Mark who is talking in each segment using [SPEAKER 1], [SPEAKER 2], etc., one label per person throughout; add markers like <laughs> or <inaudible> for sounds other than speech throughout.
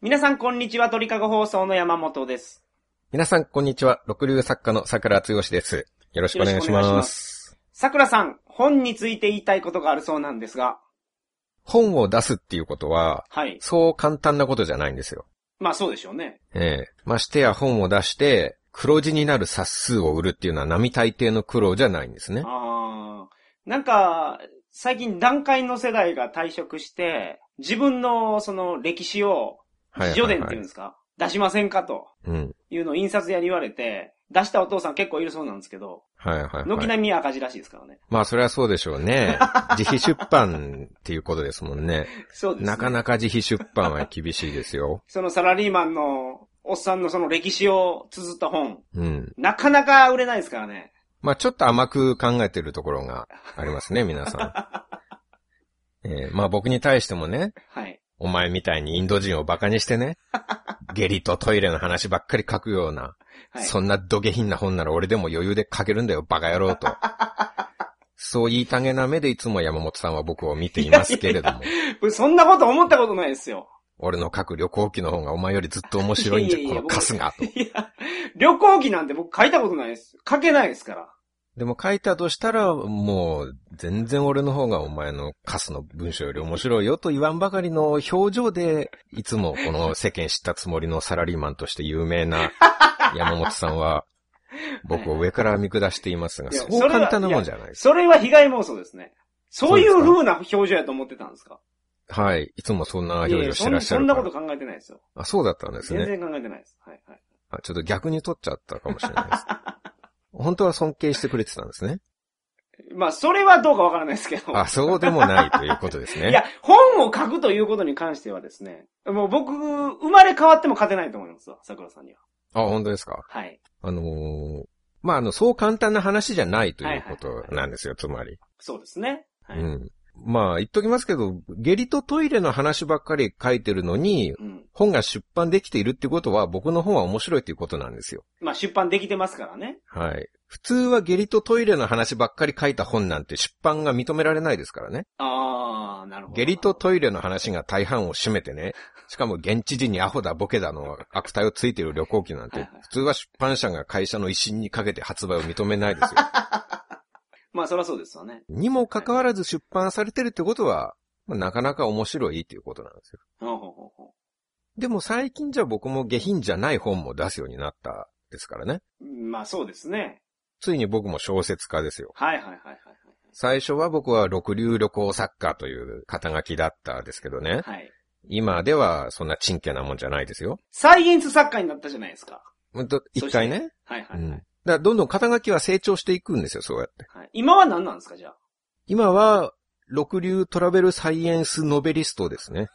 [SPEAKER 1] 皆さん、こんにちは。鳥かご放送の山本です。
[SPEAKER 2] 皆さん、こんにちは。六流作家の桜剛です。よろしくお願い
[SPEAKER 1] よろし
[SPEAKER 2] し
[SPEAKER 1] くお願いしま
[SPEAKER 2] ます。
[SPEAKER 1] 桜さん、本について言いたいことがあるそうなんですが、
[SPEAKER 2] 本を出すっていうことは、
[SPEAKER 1] はい。
[SPEAKER 2] そう簡単なことじゃないんですよ。
[SPEAKER 1] まあそうでしょうね。
[SPEAKER 2] ええましてや本を出して、黒字になる冊数を売るっていうのは並大抵の苦労じゃないんですね。
[SPEAKER 1] あーなんか、最近段階の世代が退職して、自分のその歴史を、
[SPEAKER 2] はい
[SPEAKER 1] 自叙伝っていうんですか、出しませんかと
[SPEAKER 2] うん。
[SPEAKER 1] いうのを印刷屋に言われて、出したお父さん結構いるそうなんですけど、
[SPEAKER 2] はいはい、は
[SPEAKER 1] 軒
[SPEAKER 2] い。
[SPEAKER 1] 並み赤字らしいですからね。
[SPEAKER 2] まあ、それはそうでしょ
[SPEAKER 1] <laughs>
[SPEAKER 2] うね。自費出版っていうことですもんね。
[SPEAKER 1] そうです、ね。
[SPEAKER 2] なかなか自費出版は厳しいですよ。
[SPEAKER 1] そのサラリーマンのおっさんのその歴史を綴った本、
[SPEAKER 2] うん。
[SPEAKER 1] なかなか売れないですからね。
[SPEAKER 2] まあちょっと甘く考えてるところ
[SPEAKER 1] <laughs>
[SPEAKER 2] がありますね、皆さん。えーまあ僕に対してもね、
[SPEAKER 1] はい。
[SPEAKER 2] お前みたいにインド人をバカにし
[SPEAKER 1] <laughs>
[SPEAKER 2] てね、下痢とトイレの話ばっかり書くような、
[SPEAKER 1] はい。
[SPEAKER 2] そんなど下品な本なら俺でも余裕で書けるんだよ、バカ野
[SPEAKER 1] <laughs>
[SPEAKER 2] 郎と。そう言いたげな目でいつも山本さんは僕を見ていますけれども、
[SPEAKER 1] 僕そんなこと思ったことないですよ。
[SPEAKER 2] 俺の書く旅行記の方がお前よりずっと面白いんじゃ、
[SPEAKER 1] いやいやい
[SPEAKER 2] こ
[SPEAKER 1] や
[SPEAKER 2] のカスが。と
[SPEAKER 1] いや、旅行記なんて僕書いたことないです。書けないですから。
[SPEAKER 2] でも書いたとしたら、もう、全然俺の方がお前のカスの文章より面白いよと言わんばかりの表情で、いつもこの世間知ったつもりのサラリーマンとして有
[SPEAKER 1] <laughs>
[SPEAKER 2] 名な山本さんは、僕を上から見下していますが、
[SPEAKER 1] いや
[SPEAKER 2] そう
[SPEAKER 1] それは
[SPEAKER 2] 簡単なもんじゃないです。
[SPEAKER 1] それは被害妄想ですね。そういう風な表情やと思ってたんですか
[SPEAKER 2] はい。いつもそんない
[SPEAKER 1] や
[SPEAKER 2] 表
[SPEAKER 1] いや
[SPEAKER 2] 情して
[SPEAKER 1] そ
[SPEAKER 2] ら
[SPEAKER 1] ん
[SPEAKER 2] っしゃ
[SPEAKER 1] そ
[SPEAKER 2] る
[SPEAKER 1] ん
[SPEAKER 2] か
[SPEAKER 1] な
[SPEAKER 2] ら
[SPEAKER 1] こと考えてないですよ。
[SPEAKER 2] あ、そうだったんです
[SPEAKER 1] 全
[SPEAKER 2] ね。
[SPEAKER 1] 然考えてないです。はいはい。
[SPEAKER 2] あちょっと逆に取っちゃったかもしれないです。 <laughs> 本当は尊敬してくれてたんですね。
[SPEAKER 1] まあ、それはどうかわからないですけど。
[SPEAKER 2] あ、そうでもないということです
[SPEAKER 1] <laughs>
[SPEAKER 2] ね。
[SPEAKER 1] いや、本を書くということに関してはですね、もう僕、生まれ変わっても勝てないと思いますわ、桜さんには。
[SPEAKER 2] あ、本当ですか
[SPEAKER 1] はい。
[SPEAKER 2] あのーまあ、あの、そう簡単な話じゃないということなんですよ、つまり。
[SPEAKER 1] そうですね。はい。
[SPEAKER 2] うん。まあ、言っときますけど、下痢とトイレの話ばっかり書いてるのに、
[SPEAKER 1] うん。
[SPEAKER 2] 本が出版できているってことは、僕の本は面白いということなんですよ。
[SPEAKER 1] まあ、出版できてますからね。
[SPEAKER 2] はい。普通は下痢とトイレの話ばっかり書いた本なんて出版が認められないですからね。
[SPEAKER 1] あー、なるほど。
[SPEAKER 2] 下痢とトイレの話が大半を占めてね。しかも現地時にアホだボケだの悪態をついてる旅行記なん
[SPEAKER 1] はい
[SPEAKER 2] て
[SPEAKER 1] はい、
[SPEAKER 2] 普通は出版社が会社の威信にかけて発売を認めないですよ。
[SPEAKER 1] まあ、そりゃそうですわね。
[SPEAKER 2] にもかかわらず出版されてるってことは、まあなかなか面白いっていうことなんですよ。
[SPEAKER 1] ほうほうほうほ
[SPEAKER 2] でも最近じゃ僕も下品じゃない本も出すようになったですからね。
[SPEAKER 1] うまあ、そうですね。
[SPEAKER 2] ついに僕も小説家ですよ。
[SPEAKER 1] はいはいはいはい
[SPEAKER 2] 最初は僕は六流旅行作家という肩書きだったですけどね。
[SPEAKER 1] はい。はい。
[SPEAKER 2] 今ではそんなちんけなもんじゃないですよ。
[SPEAKER 1] サイエンス作家になったじゃないですか。
[SPEAKER 2] ほんと一回ね。
[SPEAKER 1] はいは
[SPEAKER 2] う
[SPEAKER 1] いはい。
[SPEAKER 2] ん。だからどんどん肩書きは成長していくんですよ、そうやって。
[SPEAKER 1] はい、今は何なんですか、じゃあ。
[SPEAKER 2] 今は、六流トラベルサイエンスノベリストですね。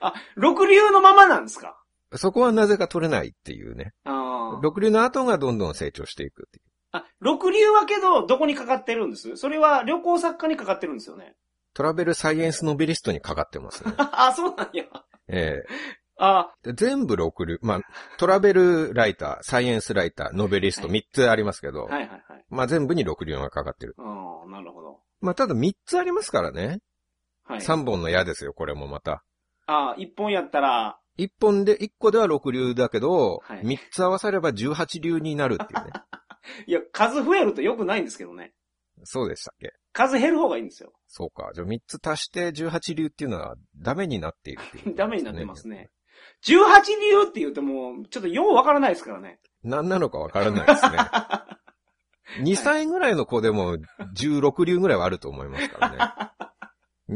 [SPEAKER 1] あ、六流のままなんですか
[SPEAKER 2] そこはなぜか取れないっていうね。
[SPEAKER 1] あー
[SPEAKER 2] 六流の後がどんどん成長していくっていう。
[SPEAKER 1] あ。六流はけど、どこにかかってるんですそれは旅行作家にかかってるんですよね。。
[SPEAKER 2] トラベルサイエンスノベリストにかかってますね
[SPEAKER 1] <laughs> あ、そうなんや。
[SPEAKER 2] え
[SPEAKER 1] あ、
[SPEAKER 2] えで全部六流。まあ、トラベルライター、サイエンスライター、ノベリスト
[SPEAKER 1] はい
[SPEAKER 2] 3つありますけど、
[SPEAKER 1] はいはいはい。
[SPEAKER 2] まあ全部に六流がかかってる。
[SPEAKER 1] ああ、なるほど。
[SPEAKER 2] まあただ3つありますからね。
[SPEAKER 1] はい。
[SPEAKER 2] 3本の矢ですよ、これもまた。
[SPEAKER 1] ああ、一本やったら、
[SPEAKER 2] 1本で、1個では六流だけど、
[SPEAKER 1] はい
[SPEAKER 2] 3つ合わされば18流になるっていうね。
[SPEAKER 1] いや、数増えると良くないんですけどね。
[SPEAKER 2] そうでしたっけ
[SPEAKER 1] 数減る方がいいんですよ。 <laughs>
[SPEAKER 2] そうか。じゃあ3つ足して18流っていうのはダメになっているっていうことですね、
[SPEAKER 1] ダメになってますね。18流って言うともう、ちょっとようわからないですからね。
[SPEAKER 2] 何なのかわからないで
[SPEAKER 1] <laughs>
[SPEAKER 2] すね。2歳ぐらいの子でも16流ぐらいはあると思いますからね。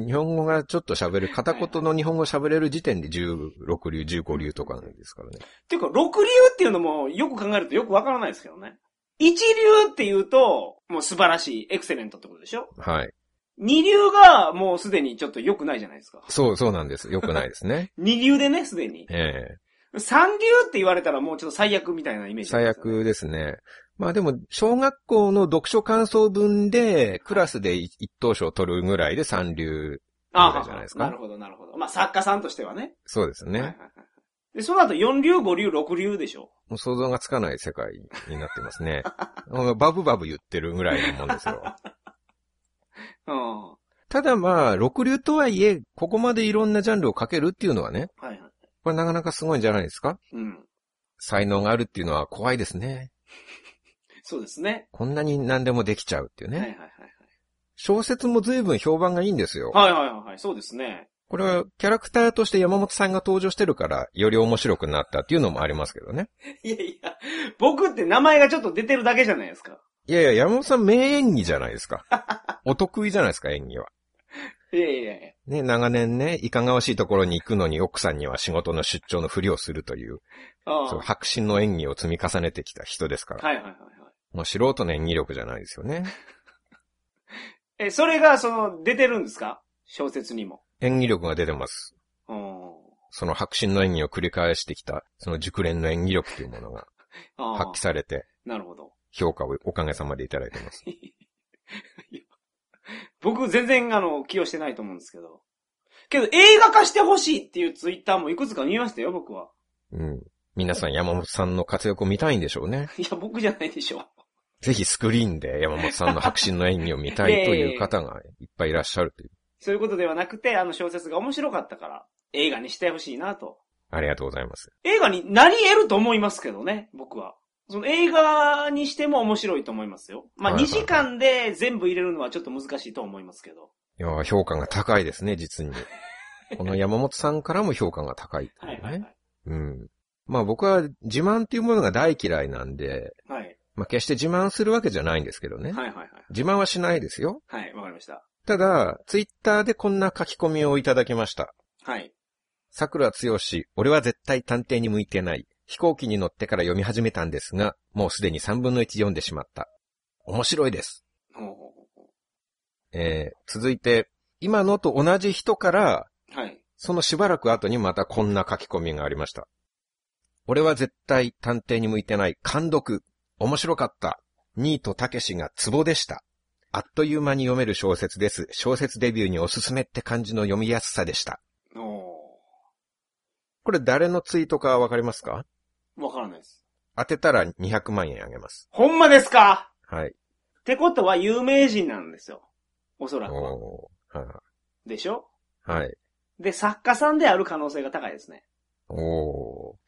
[SPEAKER 2] 日本語がちょっと喋る、片言の日本語喋れる時点で16流、15流とかなんですからね。
[SPEAKER 1] っていうか、六流っていうのも、よく考えるとよくわからないですけどね。一流って言うと、もう素晴らしい、エクセレントってことでしょ
[SPEAKER 2] はい。
[SPEAKER 1] 二流が、もうすでにちょっと良くないじゃないですか。
[SPEAKER 2] そう、そうなんです。よくないですね。
[SPEAKER 1] 二流でね、すでに。
[SPEAKER 2] え
[SPEAKER 1] 三流って言われたらもうちょっと最悪みたいなイメー
[SPEAKER 2] え
[SPEAKER 1] ジ、
[SPEAKER 2] 最。悪ですね。まあでも、小学校の読書感想文で、クラスで一等賞を取るぐらいで三流、
[SPEAKER 1] あ
[SPEAKER 2] ぐら
[SPEAKER 1] あ、
[SPEAKER 2] いじゃないですか
[SPEAKER 1] なるほど、なるほど。まあ、作家さんとしてはね。
[SPEAKER 2] そうですね。
[SPEAKER 1] はいはいはいで、その後4流、5流、6流でしょ。
[SPEAKER 2] もう想像がつかない世界になってます <laughs> ね。バブバブ言ってるぐらいのもんですよ。
[SPEAKER 1] うん。
[SPEAKER 2] ただまあ、六流とはいえ、ここまでいろんなジャンルをかけるっていうのはね、
[SPEAKER 1] はいはい。
[SPEAKER 2] これなかなかすごいんじゃないですか
[SPEAKER 1] うん。
[SPEAKER 2] 才能があるっていうのは怖いですね。
[SPEAKER 1] そうですね。
[SPEAKER 2] こんなに何でもできちゃうっていうね。
[SPEAKER 1] はいはいはい
[SPEAKER 2] 小説も随分評判がいいんですよ。
[SPEAKER 1] はい。はいはいはいはい。そうですね。
[SPEAKER 2] これはキャラクターとして山本さんが登場してるから、より面白くなったっていうのもありますけどね。
[SPEAKER 1] いやいや、僕って名前がちょっと出てるだけじゃないですか。
[SPEAKER 2] いやいや、山本さん名演技じゃないで
[SPEAKER 1] <laughs>
[SPEAKER 2] すか。お得意じゃないですか、演技は。
[SPEAKER 1] いやいやいや。
[SPEAKER 2] ね、長年ね、いかがわしいところに行くのに奥さんには仕事の出張のふりをするという、
[SPEAKER 1] ああ
[SPEAKER 2] そう、白真の演技を積み重ねてきた人ですから。
[SPEAKER 1] はいはいはいはい。
[SPEAKER 2] もう素人の演技力じゃないですよ <laughs> ね。
[SPEAKER 1] え、それが、その、出てるんですか小説にも。
[SPEAKER 2] 演技力が出てます。
[SPEAKER 1] うん。
[SPEAKER 2] その白真の演技を繰り返してきた、その熟練の演技力というものが
[SPEAKER 1] ああ
[SPEAKER 2] 発揮されて、
[SPEAKER 1] なるほど。
[SPEAKER 2] 評価をおかげさまでいただいてます。
[SPEAKER 1] 僕全然あの、寄与してないと思うんですけど。けど映画化してほしいっていうツイッターもいくつか見ましたよ、僕は。 <laughs>
[SPEAKER 2] うん。皆さん山本さんの活躍を見たいんでしょうね。
[SPEAKER 1] いや、僕じゃないでしょ。
[SPEAKER 2] ぜひスクリーンで山本さんの白真の演技を見たいという方がいっぱいいらっしゃるという。
[SPEAKER 1] そういうことではなくて、あの小説が面白かったから、映画にしてほしいなと。
[SPEAKER 2] ありがとうございます。
[SPEAKER 1] 映画になり得ると思いますけどね、僕は。その映画にしても面白いと思いますよ。まあ
[SPEAKER 2] はい
[SPEAKER 1] 2
[SPEAKER 2] はいはい
[SPEAKER 1] 時間で全部入れるのはちょっと難しいと思いますけど。
[SPEAKER 2] いやー評価が高いですね、実に。この山本さんからも評価が高いって
[SPEAKER 1] はいいうはい
[SPEAKER 2] ね
[SPEAKER 1] は。い。
[SPEAKER 2] うん。まあ僕は自慢っていうものが大嫌いなんで、
[SPEAKER 1] はい。
[SPEAKER 2] まあ決して自慢するわけじゃないんですけどね。
[SPEAKER 1] はいはいはい。
[SPEAKER 2] 自慢はしないですよ。
[SPEAKER 1] はい、わかりました。
[SPEAKER 2] ただ、ツイッターでこんな書き込みをいただきました。
[SPEAKER 1] はい。
[SPEAKER 2] 桜つよし、俺は絶対探偵に向いてない。飛行機に乗ってから読み始めたんですが、もうすでに3分の1読んでしまった。面白いです。
[SPEAKER 1] ほうほうほうほ
[SPEAKER 2] えー、続いて、今のと同じ人から、
[SPEAKER 1] うはい。
[SPEAKER 2] そのしばらく後にまたこんな書き込みがありました。俺は絶対探偵に向いてない。監督。面白かった。ニートたけしがツボでした。あっという間に読める小説です。小説デビューにおすすめって感じの読みやすさでした。
[SPEAKER 1] お
[SPEAKER 2] これ誰のツイートかわかりますか
[SPEAKER 1] ー。わからないです。
[SPEAKER 2] 当てたら200万円あげます。
[SPEAKER 1] ほんまですか
[SPEAKER 2] はい。
[SPEAKER 1] ってことは有名人なんですよ。おそらくは。
[SPEAKER 2] おーは
[SPEAKER 1] でしょ
[SPEAKER 2] いはい。
[SPEAKER 1] で、作家さんである可能性が高いですね。
[SPEAKER 2] おー
[SPEAKER 1] っ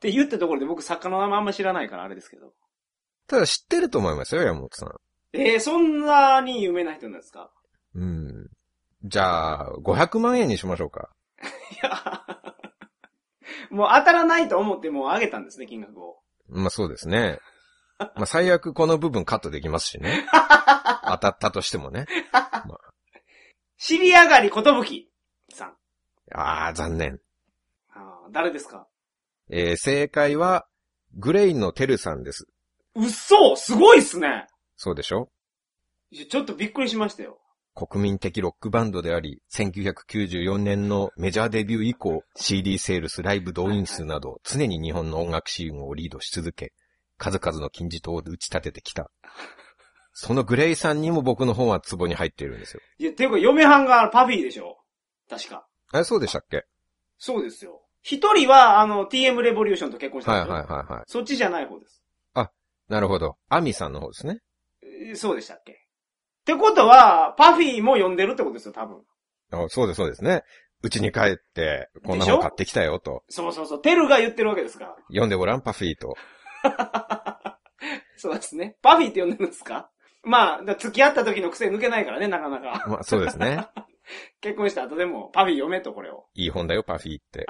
[SPEAKER 1] て言ったところで僕作家の名前あんま知らないからあれですけど。
[SPEAKER 2] ただ知ってると思いますよ、山本さん。
[SPEAKER 1] えー、そんなに有名な人なんですか
[SPEAKER 2] うん。じゃあ、500万円にしましょうか。
[SPEAKER 1] いや、もう当たらないと思ってもう上げたんですね、金額を。
[SPEAKER 2] まあそうですね。まあ最悪この部分カットできますしね。当たったとしてもね。
[SPEAKER 1] 知り上がりことぶきさん。
[SPEAKER 2] ああ、残念。
[SPEAKER 1] あー誰ですか
[SPEAKER 2] えー正解は、グレイのテルさんです。
[SPEAKER 1] 嘘すごいっすね
[SPEAKER 2] そうでしょ
[SPEAKER 1] ちょちょっとびっくりしましたよ。
[SPEAKER 2] 国民的ロックバンドであり、1994年のメジャーデビュー以降、CD セールス、ライブ動員数など、常に日本の音楽シーンをリードし続け、数々の金字塔を打ち立ててきた。そのグレイさんにも僕の本はツボに入っているんですよ。
[SPEAKER 1] いや、ていうか嫁はんがパフィーでしょ確か。
[SPEAKER 2] え、そうでしたっけ
[SPEAKER 1] そうですよ。一人は、あの、TM レボリューションと結婚したん
[SPEAKER 2] はい
[SPEAKER 1] です
[SPEAKER 2] はい
[SPEAKER 1] よ
[SPEAKER 2] はいは
[SPEAKER 1] そっちじゃない方です。
[SPEAKER 2] い。なるほど。アミさんの方ですね。
[SPEAKER 1] えーそうでしたっけってことは、パフィーも呼んでるってことですよ、多分。
[SPEAKER 2] あそうです、そうですね。うちに帰って、こんな
[SPEAKER 1] でしょ
[SPEAKER 2] 本買ってきたよと。
[SPEAKER 1] そうそうそう。テルが言ってるわけですから。
[SPEAKER 2] 読んでごらん、パフィーと。
[SPEAKER 1] <laughs> そうですね。パフィーって呼んでるんですかまあ、だから付き合った時の癖抜けないからね、なかなか。
[SPEAKER 2] まあ、そうで
[SPEAKER 1] <laughs>
[SPEAKER 2] すね。
[SPEAKER 1] 結婚した後でも、パフィー読めと、これを。
[SPEAKER 2] いい本だよ、パフィーって。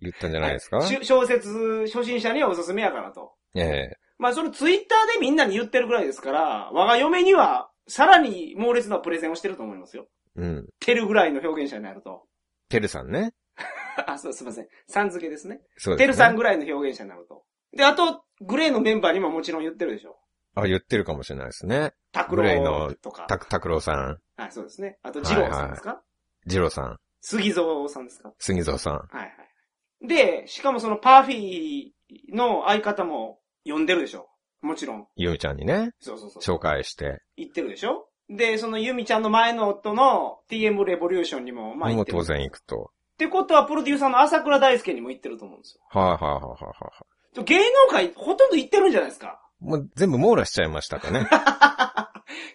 [SPEAKER 2] 言ったんじゃないで
[SPEAKER 1] <laughs>
[SPEAKER 2] すか
[SPEAKER 1] しゅ小説、初心者にはおすすめやからと。
[SPEAKER 2] ええ
[SPEAKER 1] まあ、それツイッターでみんなに言ってるぐらいですから、我が嫁には、さらに猛烈なプレゼンをしてると思いますよ。
[SPEAKER 2] うん。
[SPEAKER 1] テルぐらいの表現者になると。
[SPEAKER 2] てるさんね。
[SPEAKER 1] <laughs> あ、そう、すいません。さん付けですね。
[SPEAKER 2] そうです、ね。
[SPEAKER 1] てるさんぐらいの表現者になると。で、あと、グレーのメンバーにももちろん言ってるでしょ。
[SPEAKER 2] あ、言ってるかもしれないですね。
[SPEAKER 1] タク
[SPEAKER 2] グレー
[SPEAKER 1] ロ
[SPEAKER 2] の
[SPEAKER 1] ーとか。
[SPEAKER 2] た、たくろうさん、
[SPEAKER 1] はい、そうですね。あと、ジローさんですか、
[SPEAKER 2] ジローさん、
[SPEAKER 1] 杉蔵さんですか
[SPEAKER 2] 杉蔵さん。
[SPEAKER 1] はいはい。で、しかもそのパーフィーの相方も呼んでるでしょもちろん。
[SPEAKER 2] ゆみちゃんにね、
[SPEAKER 1] そうそうそう。
[SPEAKER 2] 紹介して。
[SPEAKER 1] 行ってるでしょで、そのユミちゃんの前の夫の TM レボリューションにも、まあ行
[SPEAKER 2] も
[SPEAKER 1] っ
[SPEAKER 2] う
[SPEAKER 1] てる。
[SPEAKER 2] 当然行くと。
[SPEAKER 1] ってことは、プロデューサーの朝倉大輔にも行ってると思うんですよ
[SPEAKER 2] はい、はいはいはいはい。。
[SPEAKER 1] で芸能界ほとんど行ってるんじゃないですか
[SPEAKER 2] もう全部網羅しちゃいました
[SPEAKER 1] <laughs>
[SPEAKER 2] かね。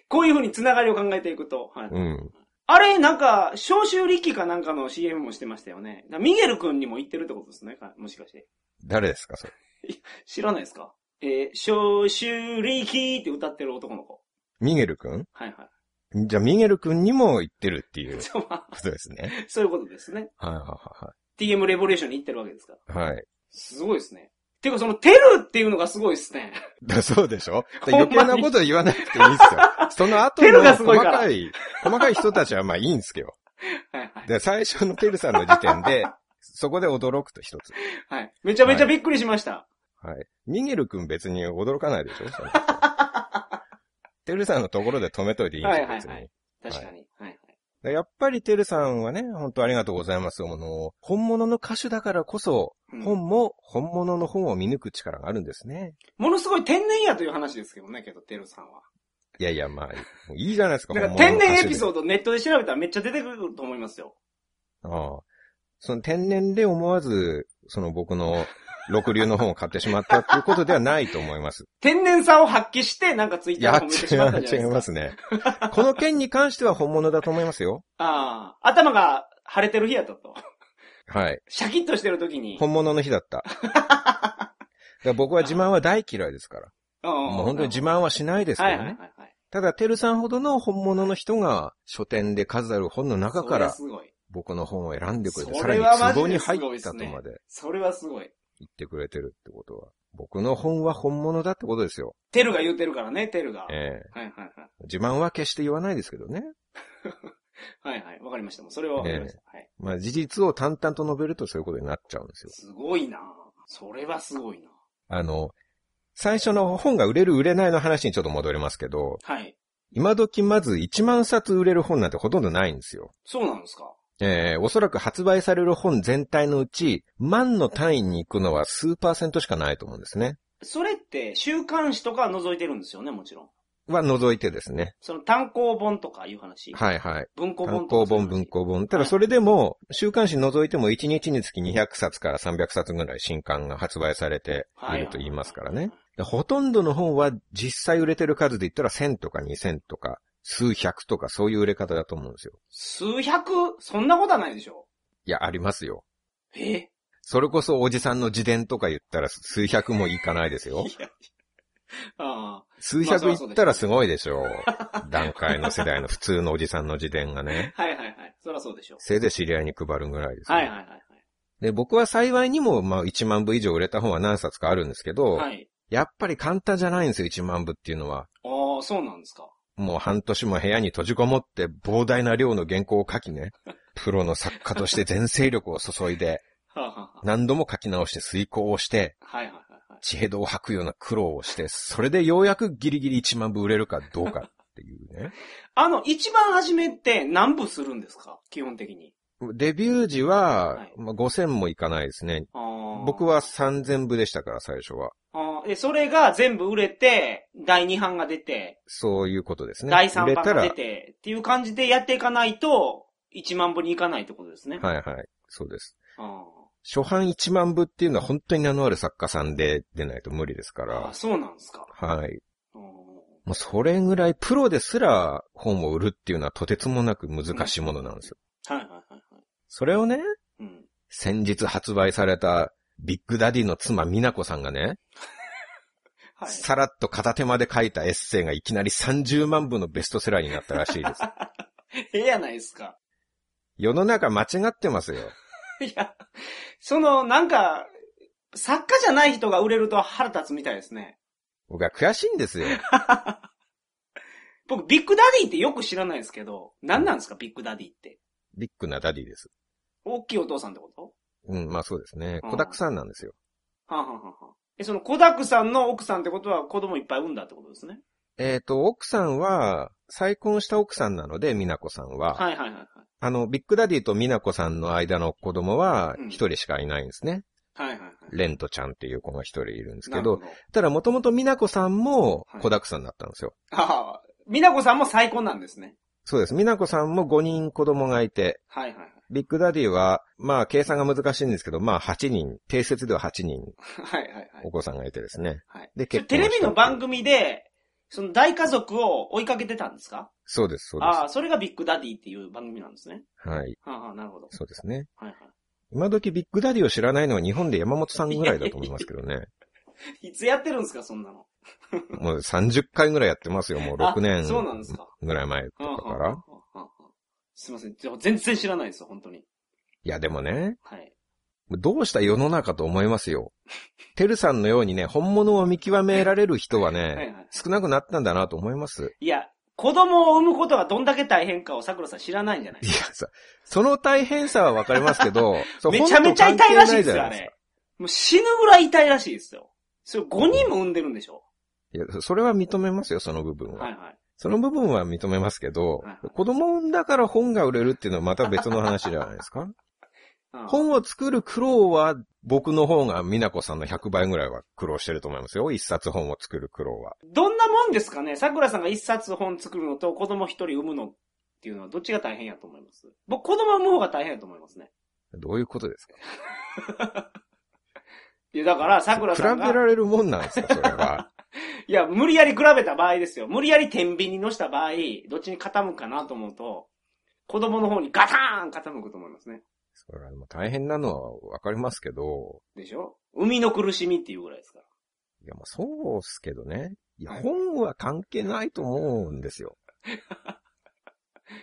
[SPEAKER 1] こういう風に繋がりを考えていくと。はい
[SPEAKER 2] うん。
[SPEAKER 1] あれ、なんか、消臭力かなんかの CM もしてましたよね。だからミゲル君にも言ってるってことですね。かもしかして。
[SPEAKER 2] 誰ですか、それ。
[SPEAKER 1] 知らないですかえー、消臭力って歌ってる男の子。
[SPEAKER 2] ミゲル君
[SPEAKER 1] はいはい。
[SPEAKER 2] じゃあ、ミゲル君にも言ってるっていう
[SPEAKER 1] <laughs> そうまあ
[SPEAKER 2] ことですね。
[SPEAKER 1] そういうことですね。
[SPEAKER 2] はいは
[SPEAKER 1] TM レボリューションに行ってるわけですから。
[SPEAKER 2] いはい。はい。
[SPEAKER 1] すごいですね。てかその、テルっていうのがすごいですね。 <laughs>
[SPEAKER 2] だ <laughs> そうでしょ
[SPEAKER 1] ほ
[SPEAKER 2] だ
[SPEAKER 1] んま
[SPEAKER 2] 余
[SPEAKER 1] に
[SPEAKER 2] 計なこと言わなくていい
[SPEAKER 1] <laughs>
[SPEAKER 2] んすよ。その後
[SPEAKER 1] テル
[SPEAKER 2] の
[SPEAKER 1] がす
[SPEAKER 2] 細
[SPEAKER 1] ごいから
[SPEAKER 2] かい、細かい人たちはまあいいんですけど。
[SPEAKER 1] はいはい。
[SPEAKER 2] で、最初のテルさんの時点で、そこで驚くと一つ。
[SPEAKER 1] はい。めちゃめちゃびっくりしました。
[SPEAKER 2] はい。ミゲル君別に驚かないでしょそ
[SPEAKER 1] <laughs>
[SPEAKER 2] のテルさんのところで止めといていいんですよ、別に。
[SPEAKER 1] はいはいは確かに。はいはい。
[SPEAKER 2] だからやっぱりテルさんはね、本当ありがとうございます。あの、本物の歌手だからこそ、
[SPEAKER 1] うん
[SPEAKER 2] 本も、本物の本を見抜く力があるんですね。
[SPEAKER 1] ものすごい天然やという話ですけどね、けど、テルさんは。
[SPEAKER 2] いやいや、まあ、もういいじゃないですか、
[SPEAKER 1] なんか天然エピ
[SPEAKER 2] ー
[SPEAKER 1] ソードネットで調べたらめっちゃ出てくると思いますよ。
[SPEAKER 2] ド。ああその天然で思わず、その僕
[SPEAKER 1] <laughs>
[SPEAKER 2] の六流の本を買ってしまったっていうことではないと思います。
[SPEAKER 1] 天然さを発揮して、なんかツイッ
[SPEAKER 2] い
[SPEAKER 1] ター
[SPEAKER 2] や、
[SPEAKER 1] で褒めて
[SPEAKER 2] 違、
[SPEAKER 1] しまったじゃないう
[SPEAKER 2] 違い
[SPEAKER 1] ですか。
[SPEAKER 2] ますね。この件に関しては本物だと思いますよ。
[SPEAKER 1] ああ、頭が腫れてる日やったと。
[SPEAKER 2] はい。
[SPEAKER 1] シャキッとしてる時に。
[SPEAKER 2] 本物の日
[SPEAKER 1] <laughs>
[SPEAKER 2] だった。だから僕は自慢は大嫌いですから。
[SPEAKER 1] も
[SPEAKER 2] もう本当に自慢はしないです
[SPEAKER 1] は
[SPEAKER 2] か
[SPEAKER 1] い
[SPEAKER 2] ら
[SPEAKER 1] はいは
[SPEAKER 2] ね
[SPEAKER 1] い。はい。
[SPEAKER 2] ただ、てるさんほどの本物の人が書店で数ある本の中か
[SPEAKER 1] それは
[SPEAKER 2] ら
[SPEAKER 1] すごい。
[SPEAKER 2] 僕の本を選んでくれて、
[SPEAKER 1] そ
[SPEAKER 2] さ
[SPEAKER 1] れは
[SPEAKER 2] ら
[SPEAKER 1] マ
[SPEAKER 2] に壺
[SPEAKER 1] ジで
[SPEAKER 2] に入
[SPEAKER 1] すごい
[SPEAKER 2] っ
[SPEAKER 1] ったす
[SPEAKER 2] と
[SPEAKER 1] ね
[SPEAKER 2] まで
[SPEAKER 1] それはすごい。
[SPEAKER 2] 言ってくれてるってことは、僕の本は本物だってことですよ。
[SPEAKER 1] テルが言ってるからね、テルが。
[SPEAKER 2] ええ
[SPEAKER 1] はいはいはい。
[SPEAKER 2] 自慢は決して言わないですけどね。
[SPEAKER 1] はいはい。わかりました。もうそれはわかりました。はい。
[SPEAKER 2] まあ事実を淡々と述べるとそういうことになっちゃうんですよ。
[SPEAKER 1] すごいなそれはすごいな
[SPEAKER 2] あの、最初の本が売れる売れないの話にちょっと戻りますけど、
[SPEAKER 1] はい。
[SPEAKER 2] 今時まず1万冊売れる本なんてほとんどないんですよ。
[SPEAKER 1] そうなんですか
[SPEAKER 2] ええおそらく発売される本全体のうち、万の単位に行くのは数パーセントしかないと思うんですね。
[SPEAKER 1] それって、週刊誌とか覗いてるんですよね、もちろん。
[SPEAKER 2] は除いてですね。
[SPEAKER 1] その単行本とかいう話。
[SPEAKER 2] はいはい。
[SPEAKER 1] 文庫本
[SPEAKER 2] 単
[SPEAKER 1] と
[SPEAKER 2] 行
[SPEAKER 1] かそういう
[SPEAKER 2] 本、
[SPEAKER 1] 話。
[SPEAKER 2] 文庫本。ただそれでも、週刊誌除いても1日につき200冊から300冊ぐらい新刊が発売されていると言いますからね。でほとんどの本は実際売れてる数で言ったら1000とか2000とか数百とかそういう売れ方だと思うんですよ。
[SPEAKER 1] 数百そんなことはないでしょ
[SPEAKER 2] いや、ありますよ。
[SPEAKER 1] え
[SPEAKER 2] それこそおじさんの自伝とか言ったら数百もいかないで
[SPEAKER 1] <laughs>
[SPEAKER 2] すよ。
[SPEAKER 1] いや、あ
[SPEAKER 2] 数百いったらすごいでしょう。段階の世代の普通のおじさんの自伝がね。
[SPEAKER 1] あ、はいはいはい。そりゃそうでしょ
[SPEAKER 2] せいぜい知り合いに配るぐらいです
[SPEAKER 1] う。
[SPEAKER 2] ね、
[SPEAKER 1] はいはいはい
[SPEAKER 2] で、僕は幸いにも、まあ、1万部以上売れた本は何冊かあるんですけど、
[SPEAKER 1] はい。はい。
[SPEAKER 2] やっぱり簡単じゃないんですよ、1万部っていうのは。
[SPEAKER 1] ああ、そうなんですか。
[SPEAKER 2] もう半年も部屋に閉じこもって、膨大な量の原稿を書きね、 <laughs> プロの作家として全精力を注いで、
[SPEAKER 1] はあ、はあはあ、
[SPEAKER 2] 何度も書き直して遂行をして、
[SPEAKER 1] はいはいはいはい。
[SPEAKER 2] 血へどを吐くような苦労をして、それでようやくギリギリ1万部売れるかどうかっていうね。 <laughs>
[SPEAKER 1] あの、一番初めって何部するんですか基本的に。
[SPEAKER 2] デビュー時は、
[SPEAKER 1] はい
[SPEAKER 2] まあ、5000もいかないですね。
[SPEAKER 1] ああ
[SPEAKER 2] 僕は。3000部でしたから、最初は。
[SPEAKER 1] ああ、で、それが全部売れて、第2版が出て、
[SPEAKER 2] そういうことですね。
[SPEAKER 1] 第3
[SPEAKER 2] 売れ
[SPEAKER 1] 版
[SPEAKER 2] た
[SPEAKER 1] が
[SPEAKER 2] ら、
[SPEAKER 1] 出て、っていう感じでやっていかないと、1万部にいかないってことですね。い。
[SPEAKER 2] はいはい。そうです。
[SPEAKER 1] あ
[SPEAKER 2] 初版1万部っていうのは本当に名のある作家さんで出ないと無理ですか
[SPEAKER 1] ああ
[SPEAKER 2] ら
[SPEAKER 1] あ、。そうなんですか。
[SPEAKER 2] はい。
[SPEAKER 1] ああ
[SPEAKER 2] もうそれぐらいプロですら本を売るっていうのはとてつもなく難しいものなんですよ。
[SPEAKER 1] はいはいはいはい。
[SPEAKER 2] それをね、
[SPEAKER 1] うん。
[SPEAKER 2] 先日発売されたビッグダディの妻美奈子さんがね、
[SPEAKER 1] はい。 <laughs>
[SPEAKER 2] さらっと片手間で書いたエッセイがいきなり30万部のベストセラーになったらし
[SPEAKER 1] <laughs>
[SPEAKER 2] いです。
[SPEAKER 1] ええやないですか。 <laughs>
[SPEAKER 2] 世の中間違ってますよ。
[SPEAKER 1] いや、その、なんか、作家じゃない人が売れると腹立つみたいですね。
[SPEAKER 2] 僕は悔しいんですよ。
[SPEAKER 1] 僕、ビッグダディってよく知らないですけど、何なんですか、ビッグダディって。
[SPEAKER 2] ビッグなダディです。
[SPEAKER 1] 大きいお父さんってこと
[SPEAKER 2] うん、まあそうですね。
[SPEAKER 1] うん
[SPEAKER 2] 子だくさんなんですよ。
[SPEAKER 1] はんはんはんはんえ、その、子だくさんの奥さんってことは子供いっぱい産んだってことですね。
[SPEAKER 2] えっ、と、奥さんは、再婚した奥さんなので、美奈子さんは。
[SPEAKER 1] はいはいはいはい。
[SPEAKER 2] あの、ビッグダディと美奈子さんの間の子供は
[SPEAKER 1] うん、
[SPEAKER 2] 一人しかいないんですね。
[SPEAKER 1] はいはいはい。
[SPEAKER 2] レントちゃんっていう子が一人いるんです
[SPEAKER 1] な
[SPEAKER 2] け
[SPEAKER 1] るほ
[SPEAKER 2] ど、
[SPEAKER 1] ど。
[SPEAKER 2] ただもともと美奈子さんも
[SPEAKER 1] はい
[SPEAKER 2] 子だくさんだったんですよ。
[SPEAKER 1] ああ、美奈子さんも再婚なんですね。
[SPEAKER 2] そうです。美奈子さんも5人子供がいて、
[SPEAKER 1] はいはいはい。 <laughs>
[SPEAKER 2] ビッグダディは、まあ、計算が難しいんですけど、まあ、8人、定説では8人、
[SPEAKER 1] はいはいはい。
[SPEAKER 2] お子さんがいてですね。
[SPEAKER 1] はい、
[SPEAKER 2] で
[SPEAKER 1] それ
[SPEAKER 2] 結
[SPEAKER 1] テ
[SPEAKER 2] 婚し
[SPEAKER 1] レ
[SPEAKER 2] た
[SPEAKER 1] ビの番組で、その大家族を追いかけてたんですか
[SPEAKER 2] そうです、そう
[SPEAKER 1] あ
[SPEAKER 2] で
[SPEAKER 1] あ、それがビッグダディっていう番組なんですね。
[SPEAKER 2] す。はい。
[SPEAKER 1] はあ、はあ、なるほど。
[SPEAKER 2] そうですね。
[SPEAKER 1] はいは
[SPEAKER 2] 今時ビッグダディを知らないのは日本で山本さんぐらいだと思いますけ
[SPEAKER 1] <laughs>
[SPEAKER 2] どね。
[SPEAKER 1] い。いつやってるんですか、そんなの。
[SPEAKER 2] もう30回ぐらいやってますよ、もう6
[SPEAKER 1] あ
[SPEAKER 2] 年
[SPEAKER 1] そうなんですか。
[SPEAKER 2] ぐらい前と
[SPEAKER 1] はあは
[SPEAKER 2] かか
[SPEAKER 1] あは
[SPEAKER 2] ら。
[SPEAKER 1] あはあはあすいません。でも全然知らないですよ、本当に。
[SPEAKER 2] いや、でもね、
[SPEAKER 1] はい。
[SPEAKER 2] どうした世の中と思いま
[SPEAKER 1] <laughs>
[SPEAKER 2] すよ。てるさんのようにね、本物を見極められる人は
[SPEAKER 1] はいは
[SPEAKER 2] ね、
[SPEAKER 1] い。
[SPEAKER 2] 少なくなったんだなと思います。
[SPEAKER 1] いや、子供を産むことがどんだけ大変かを桜さん知らないんじゃない
[SPEAKER 2] いやさ、その大変さはわかります
[SPEAKER 1] <laughs>
[SPEAKER 2] けど、そう
[SPEAKER 1] めちゃめちゃ痛いらしいですよ、あ。
[SPEAKER 2] 本当関係なじゃな
[SPEAKER 1] れ。もう死ぬぐらい痛いらしいですよ。それ5人も産んでるんでしょ、
[SPEAKER 2] いや、それは認めますよ、その部分は。
[SPEAKER 1] はいはい。
[SPEAKER 2] その部分は認めますけど
[SPEAKER 1] はいはい、
[SPEAKER 2] 子供を産んだから本が売れるっていうのはまた別の話じゃないですか
[SPEAKER 1] うん
[SPEAKER 2] 本を作る苦労は僕の方が美奈子さんの100倍ぐらいは苦労してると思いますよ。一冊本を作る苦労は。
[SPEAKER 1] どんなもんですかね桜さんが一冊本作るのと子供一人産むのっていうのはどっちが大変やと思います僕子供産む方が大変やと思いますね。
[SPEAKER 2] どういうことですか
[SPEAKER 1] いや、だ
[SPEAKER 2] <laughs>
[SPEAKER 1] から桜
[SPEAKER 2] 比
[SPEAKER 1] さん
[SPEAKER 2] べら
[SPEAKER 1] が、
[SPEAKER 2] れるもんなんですかそれは。
[SPEAKER 1] いや、無理やり比べた場合ですよ。無理やり天秤に乗した場合、どっちに傾くかなと思うと、子供の方にガターン傾くと思いますね。
[SPEAKER 2] それはもう大変なのはわかりますけど、
[SPEAKER 1] でしょ産みの苦しみっていうぐらいですから。
[SPEAKER 2] いや、まあそうっすけどね。いや、
[SPEAKER 1] はい
[SPEAKER 2] 本は関係ないと思うんですよ。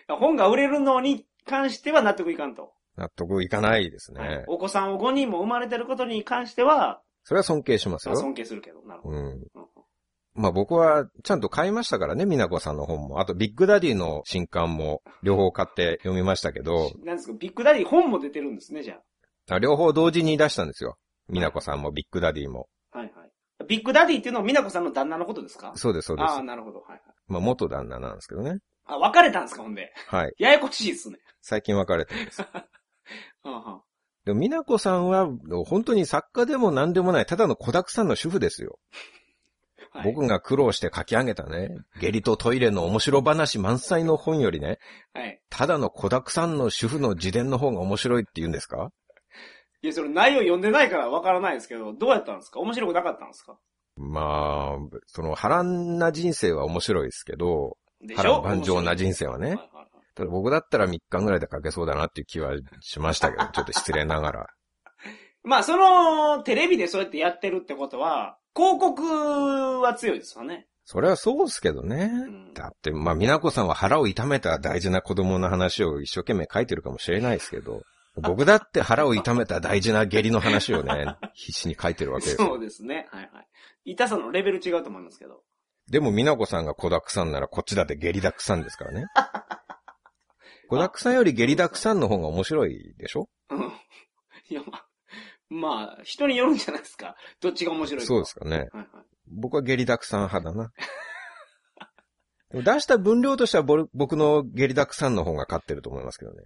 [SPEAKER 1] 本が売れるのに関しては納得いかんと。
[SPEAKER 2] 納得いかないですね。
[SPEAKER 1] お子さんを5人も生まれてることに関しては、
[SPEAKER 2] それは尊敬します
[SPEAKER 1] まあ
[SPEAKER 2] よ。
[SPEAKER 1] 尊敬するけど、なるほど。
[SPEAKER 2] うん。
[SPEAKER 1] うん
[SPEAKER 2] まあ僕はちゃんと買いましたからね、美奈子さんの本も。あと、ビッグダディの新刊も両方買って読みましたけ
[SPEAKER 1] <laughs>
[SPEAKER 2] ど、
[SPEAKER 1] なんですか、ビッグダディ本も出てるんですね、じゃ
[SPEAKER 2] あ両方同時に出したんですよ。美奈子さんもビッグダディも。
[SPEAKER 1] あ。はいはい。ビッグダディっていうのは美奈子さんの旦那のことですか
[SPEAKER 2] そうです、そうです。
[SPEAKER 1] ああ、なるほど。はいはい。
[SPEAKER 2] まあ元旦那なんですけどね。
[SPEAKER 1] あ、別れたんですか、ほんで。
[SPEAKER 2] はい。
[SPEAKER 1] ややこしいっすね。
[SPEAKER 2] 最近別れてるんです。
[SPEAKER 1] はあは
[SPEAKER 2] でも美奈子さんは本当に作家でも何でもない、ただの子沢山の主婦ですよ。
[SPEAKER 1] あはい、
[SPEAKER 2] 僕が苦労して書き上げたね、下痢とトイレの面白話満載の本よりね、
[SPEAKER 1] はい。
[SPEAKER 2] ただの子沢山の主婦の自伝の方が面白いって言うんですか
[SPEAKER 1] いや、それ内容読んでないからわからないですけど、どうやったんですか面白くなかったんですか
[SPEAKER 2] まあ、その波乱な人生は面白いですけど、
[SPEAKER 1] で
[SPEAKER 2] 波
[SPEAKER 1] しょ
[SPEAKER 2] 乱万丈な人生は
[SPEAKER 1] 生
[SPEAKER 2] ね
[SPEAKER 1] は。いはいはい
[SPEAKER 2] ただ僕だったら3日ぐらいで書けそうだなっていう気はしましたけ <laughs> ど、ちょっと失礼ながら。
[SPEAKER 1] まあ、その、テレビでそうやってやってるってことは、広告は強いですよね。
[SPEAKER 2] それはそうっすけどね。
[SPEAKER 1] ん
[SPEAKER 2] だって、まあ、美奈子さんは腹を痛めた大事な子供の話を一生懸命書いてるかもしれないですけど、僕だって腹を痛めた大事な下痢の話をね、必死に書いてるわけです
[SPEAKER 1] そう
[SPEAKER 2] よ。
[SPEAKER 1] ですね。はいはい。痛さのレベル違うと思いますけど。
[SPEAKER 2] でも美奈子さんが子だくさんならこっちだって下痢だくさんですか
[SPEAKER 1] <laughs>
[SPEAKER 2] らね。子だくさんより下痢だくさんの方が面白いでしょ
[SPEAKER 1] うん。 <laughs> いや、まあ、まあ、人によるんじゃないですか。どっちが面白いか。
[SPEAKER 2] そうですかね。
[SPEAKER 1] はいはい。
[SPEAKER 2] 僕は下痢だくさん派
[SPEAKER 1] <laughs>
[SPEAKER 2] だな。でも出した分量としてはぼる僕の下痢だくさんの方が勝ってると思いますけどね。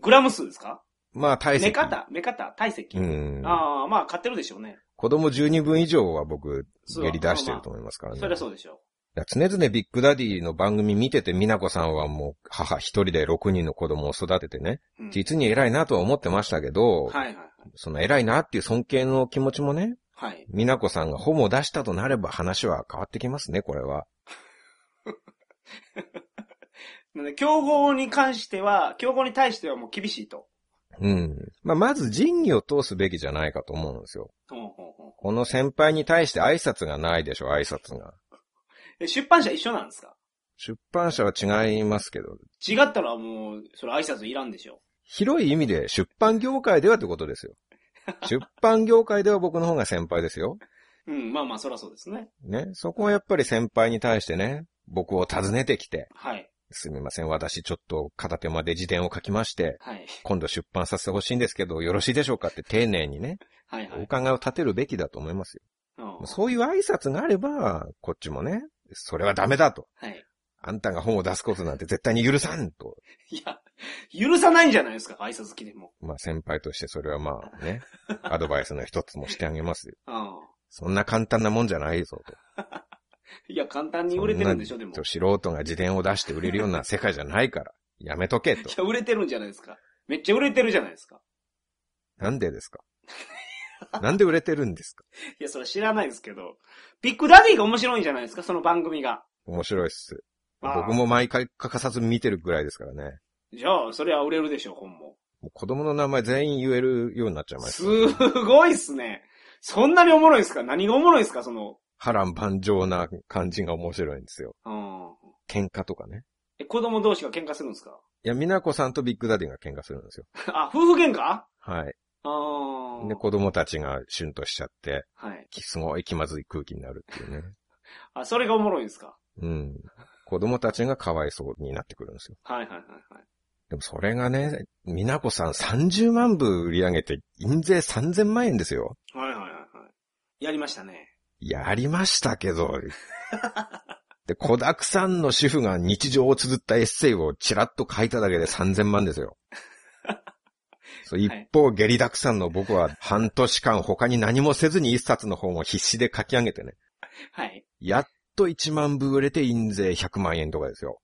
[SPEAKER 1] グラム数ですか
[SPEAKER 2] まあ体
[SPEAKER 1] 目
[SPEAKER 2] 積。
[SPEAKER 1] 方、目方、体積。
[SPEAKER 2] うん。
[SPEAKER 1] ああ、まあ、買ってるでしょうね。
[SPEAKER 2] 子供10人分以上は僕、
[SPEAKER 1] そう
[SPEAKER 2] 下痢出してると思いますからね。
[SPEAKER 1] そりゃそうでしょ
[SPEAKER 2] いや常々ビッグダディの番組見てて、美奈子さんはもう母一人で6人の子供を育ててね、
[SPEAKER 1] う。うん、
[SPEAKER 2] 実に偉いなとは思ってましたけど、
[SPEAKER 1] はいはいはい。
[SPEAKER 2] その偉いなっていう尊敬の気持ちもね、
[SPEAKER 1] はい。
[SPEAKER 2] 美奈子さんがホモを出したとなれば話は変わってきますね、これは。
[SPEAKER 1] なんで、競合に関しては、競合に対してはもう厳しいと。
[SPEAKER 2] うん。まあ、まず仁義を通すべきじゃないかと思うんですよ。
[SPEAKER 1] ほうほうほう
[SPEAKER 2] この先輩に対して挨拶がないでしょ、挨拶が。
[SPEAKER 1] え出版社一緒なんですか
[SPEAKER 2] 出版社は違いますけど、
[SPEAKER 1] 違ったらもう、それ挨拶いらんでしょ。
[SPEAKER 2] 広い意味で出版業界ではってことですよ。出版業界では僕の方が先輩ですよ。
[SPEAKER 1] うん、まあまあ、そりゃそうですね。
[SPEAKER 2] ね。そこはやっぱり先輩に対してね、僕を訪ねてきて、
[SPEAKER 1] はい。
[SPEAKER 2] すみません、私ちょっと片手間で辞典を書きまして、
[SPEAKER 1] はい。
[SPEAKER 2] 今度出版させてほしいんですけど、よろしいでしょうかって丁寧にね、
[SPEAKER 1] はいは
[SPEAKER 2] お
[SPEAKER 1] い。
[SPEAKER 2] 伺いを立てるべきだと思いますよ。
[SPEAKER 1] うん
[SPEAKER 2] そういう挨拶があれば、こっちもね、それはダメだと。
[SPEAKER 1] はい。
[SPEAKER 2] あんたが本を出すことなんて絶対に許さんと。
[SPEAKER 1] いや、許さないんじゃないですか、挨拶機でも。
[SPEAKER 2] まあ先輩としてそれはまあ
[SPEAKER 1] <laughs>
[SPEAKER 2] ね、アドバイスの一つもしてあげますよ。
[SPEAKER 1] うん。
[SPEAKER 2] そんな簡単なもんじゃないぞと。
[SPEAKER 1] いや、簡単に売れてるんでしょ、でも。
[SPEAKER 2] そんない素人が自伝を出して売れるような世界じゃないから、やめとけと。
[SPEAKER 1] <laughs> や、売れてるんじゃないですか。めっちゃ売れてるじゃないですか。
[SPEAKER 2] なんでですかなんで売れてるんですか
[SPEAKER 1] いや、それ知らないですけど。ビッグダディが面白いんじゃないですか、その番組が。
[SPEAKER 2] 面白い
[SPEAKER 1] <laughs>
[SPEAKER 2] っす。
[SPEAKER 1] あー
[SPEAKER 2] 僕も毎回欠かさず見てるぐらいですからね。
[SPEAKER 1] じゃあ、それは売れるでしょう、本も。
[SPEAKER 2] もう子供の名前全員言えるようになっちゃいまし
[SPEAKER 1] す
[SPEAKER 2] た。
[SPEAKER 1] ごいっすね。そんなにおもろいですか何がおもろいですかその、
[SPEAKER 2] 波乱万丈な感じが面白いんですよ。
[SPEAKER 1] うん。
[SPEAKER 2] 喧嘩とかね。
[SPEAKER 1] え、子供同士が喧嘩するんですか
[SPEAKER 2] いや、美奈子さんとビッグダディが喧嘩するんですよ。
[SPEAKER 1] あ、夫婦喧嘩あ
[SPEAKER 2] はい。
[SPEAKER 1] あ。
[SPEAKER 2] で、子供たちがシュンとしちゃって、
[SPEAKER 1] はい。
[SPEAKER 2] きすごい気まずい空気になるっていうね。
[SPEAKER 1] あ、それがおもろいんですか
[SPEAKER 2] うん。子供たちがかわいそうになってくるんですよ。
[SPEAKER 1] はいはいはいはい。
[SPEAKER 2] でもそれがね、美奈子さん30万部売り上げて、印税3000万円ですよ。
[SPEAKER 1] はいはいはいはい。やりましたね。
[SPEAKER 2] やりましたけど。 <laughs> で、子沢山の主婦が日常を綴ったエッセイをちらっと書いただけで3000万ですよ。そう一方、下痢だくさんの僕は半年間他に何もせずに一冊の本を必死で書き上げてね。
[SPEAKER 1] はい。
[SPEAKER 2] やっと1万部売れて印税100万円とかですよ。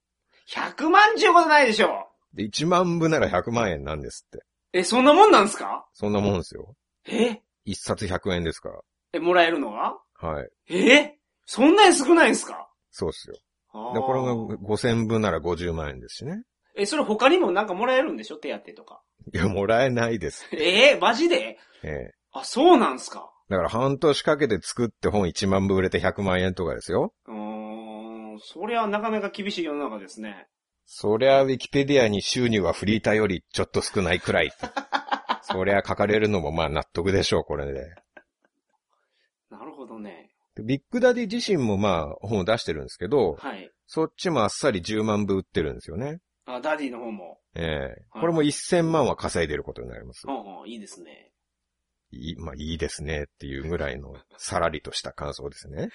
[SPEAKER 1] 100万ちゅうことないでしょ
[SPEAKER 2] で、1万部なら100万円なんですって。
[SPEAKER 1] え、そんなもんなんすか
[SPEAKER 2] そんなもんですよ。
[SPEAKER 1] え
[SPEAKER 2] 一冊100円ですか
[SPEAKER 1] え、もらえるのは
[SPEAKER 2] ら。はい。
[SPEAKER 1] えそんなに少ないんすか
[SPEAKER 2] そうっすよ。
[SPEAKER 1] あ
[SPEAKER 2] で、これが
[SPEAKER 1] ー
[SPEAKER 2] 5000部なら50万円ですしね。
[SPEAKER 1] え、それ他にもなんかもらえるんでしょ手当とか。
[SPEAKER 2] いや、もらえないです。
[SPEAKER 1] えー、マジで
[SPEAKER 2] ええ
[SPEAKER 1] あ、そうなんすか
[SPEAKER 2] だから半年かけて作って本1万部売れて100万円とかですよ。
[SPEAKER 1] うーん、そりゃなかなか厳しい世の中ですね。
[SPEAKER 2] そりゃ、ウィキペディアに収入はフリーターよりちょっと少ないくらい。そりゃ書かれるのもまあ納得でしょう、これで。
[SPEAKER 1] なるほどね。
[SPEAKER 2] でビッグダディ自身もまあ本を出してるんですけど、
[SPEAKER 1] はい。
[SPEAKER 2] そっちもあっさり10万部売ってるんですよね。
[SPEAKER 1] あ、ダディの方も。
[SPEAKER 2] ええこれも1000万は稼いでることになります
[SPEAKER 1] う。んうん、いいですね。
[SPEAKER 2] いいまあいいですねっていうぐらいのさらりとした感想ですね。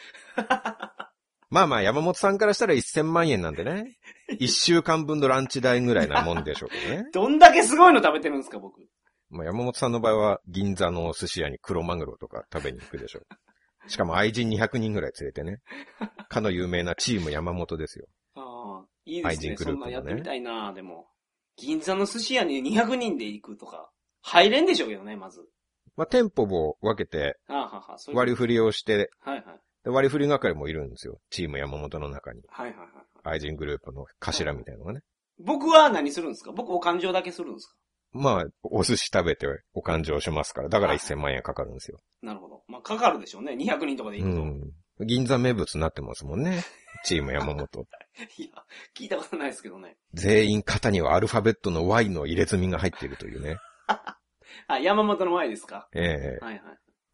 [SPEAKER 2] まあまあ山本さんからしたら1000万円なんでね。1週間分のランチ代ぐらいなもんでしょうけどね。
[SPEAKER 1] どんだけすごいの食べてるんですか、僕。
[SPEAKER 2] まあ、山本さんの場合は、銀座の寿司屋に黒マグロとか食べに行くでしょう。しかも愛人200人ぐらい連れてね。かの有名なチーム山本ですよ。
[SPEAKER 1] ああ、いいです
[SPEAKER 2] 愛人
[SPEAKER 1] ね。
[SPEAKER 2] グル
[SPEAKER 1] そ
[SPEAKER 2] ー
[SPEAKER 1] ん
[SPEAKER 2] プの
[SPEAKER 1] なん
[SPEAKER 2] ね
[SPEAKER 1] やってみたいな、でも。銀座の寿司屋に200人で行くとか、入れんでしょうけどね、まず。
[SPEAKER 2] まあ、店舗を分けて、
[SPEAKER 1] ああ、はは、そういう。
[SPEAKER 2] 割り振りをして、
[SPEAKER 1] はいはい。
[SPEAKER 2] で割り振り係もいるんですよ。チーム山本の中に。
[SPEAKER 1] はいはいはい。
[SPEAKER 2] 愛人グループの頭みたいなのがね。
[SPEAKER 1] 僕は何するんですか僕お勘定だけするんですか
[SPEAKER 2] まあ、お寿司食べてお勘定しますから、だから1000万円かかるんですよ。
[SPEAKER 1] なるほど。まあ、かかるでしょうね。200人とかで
[SPEAKER 2] う
[SPEAKER 1] 行くと。
[SPEAKER 2] ん。銀座名物になってますもんね。チーム山
[SPEAKER 1] <laughs> い
[SPEAKER 2] 本。<laughs>
[SPEAKER 1] や、聞いたことないですけどね。
[SPEAKER 2] 全員肩にはアルファベットの Y の入れ墨が入っているというね。
[SPEAKER 1] あ、山本の前ですか
[SPEAKER 2] ええ
[SPEAKER 1] はい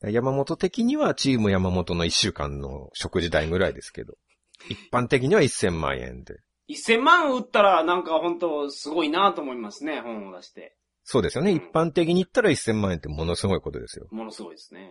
[SPEAKER 1] はい。
[SPEAKER 2] 山本的にはチーム山本の1週間の食事代ぐらいですけど、一般的には1000万円で。
[SPEAKER 1] 1000万売ったらなんか本当すごいなと思いますね、本を出して。
[SPEAKER 2] そうですよね。一般的に言ったら1000万円ってものすごいことですよ。
[SPEAKER 1] ものすごいですね。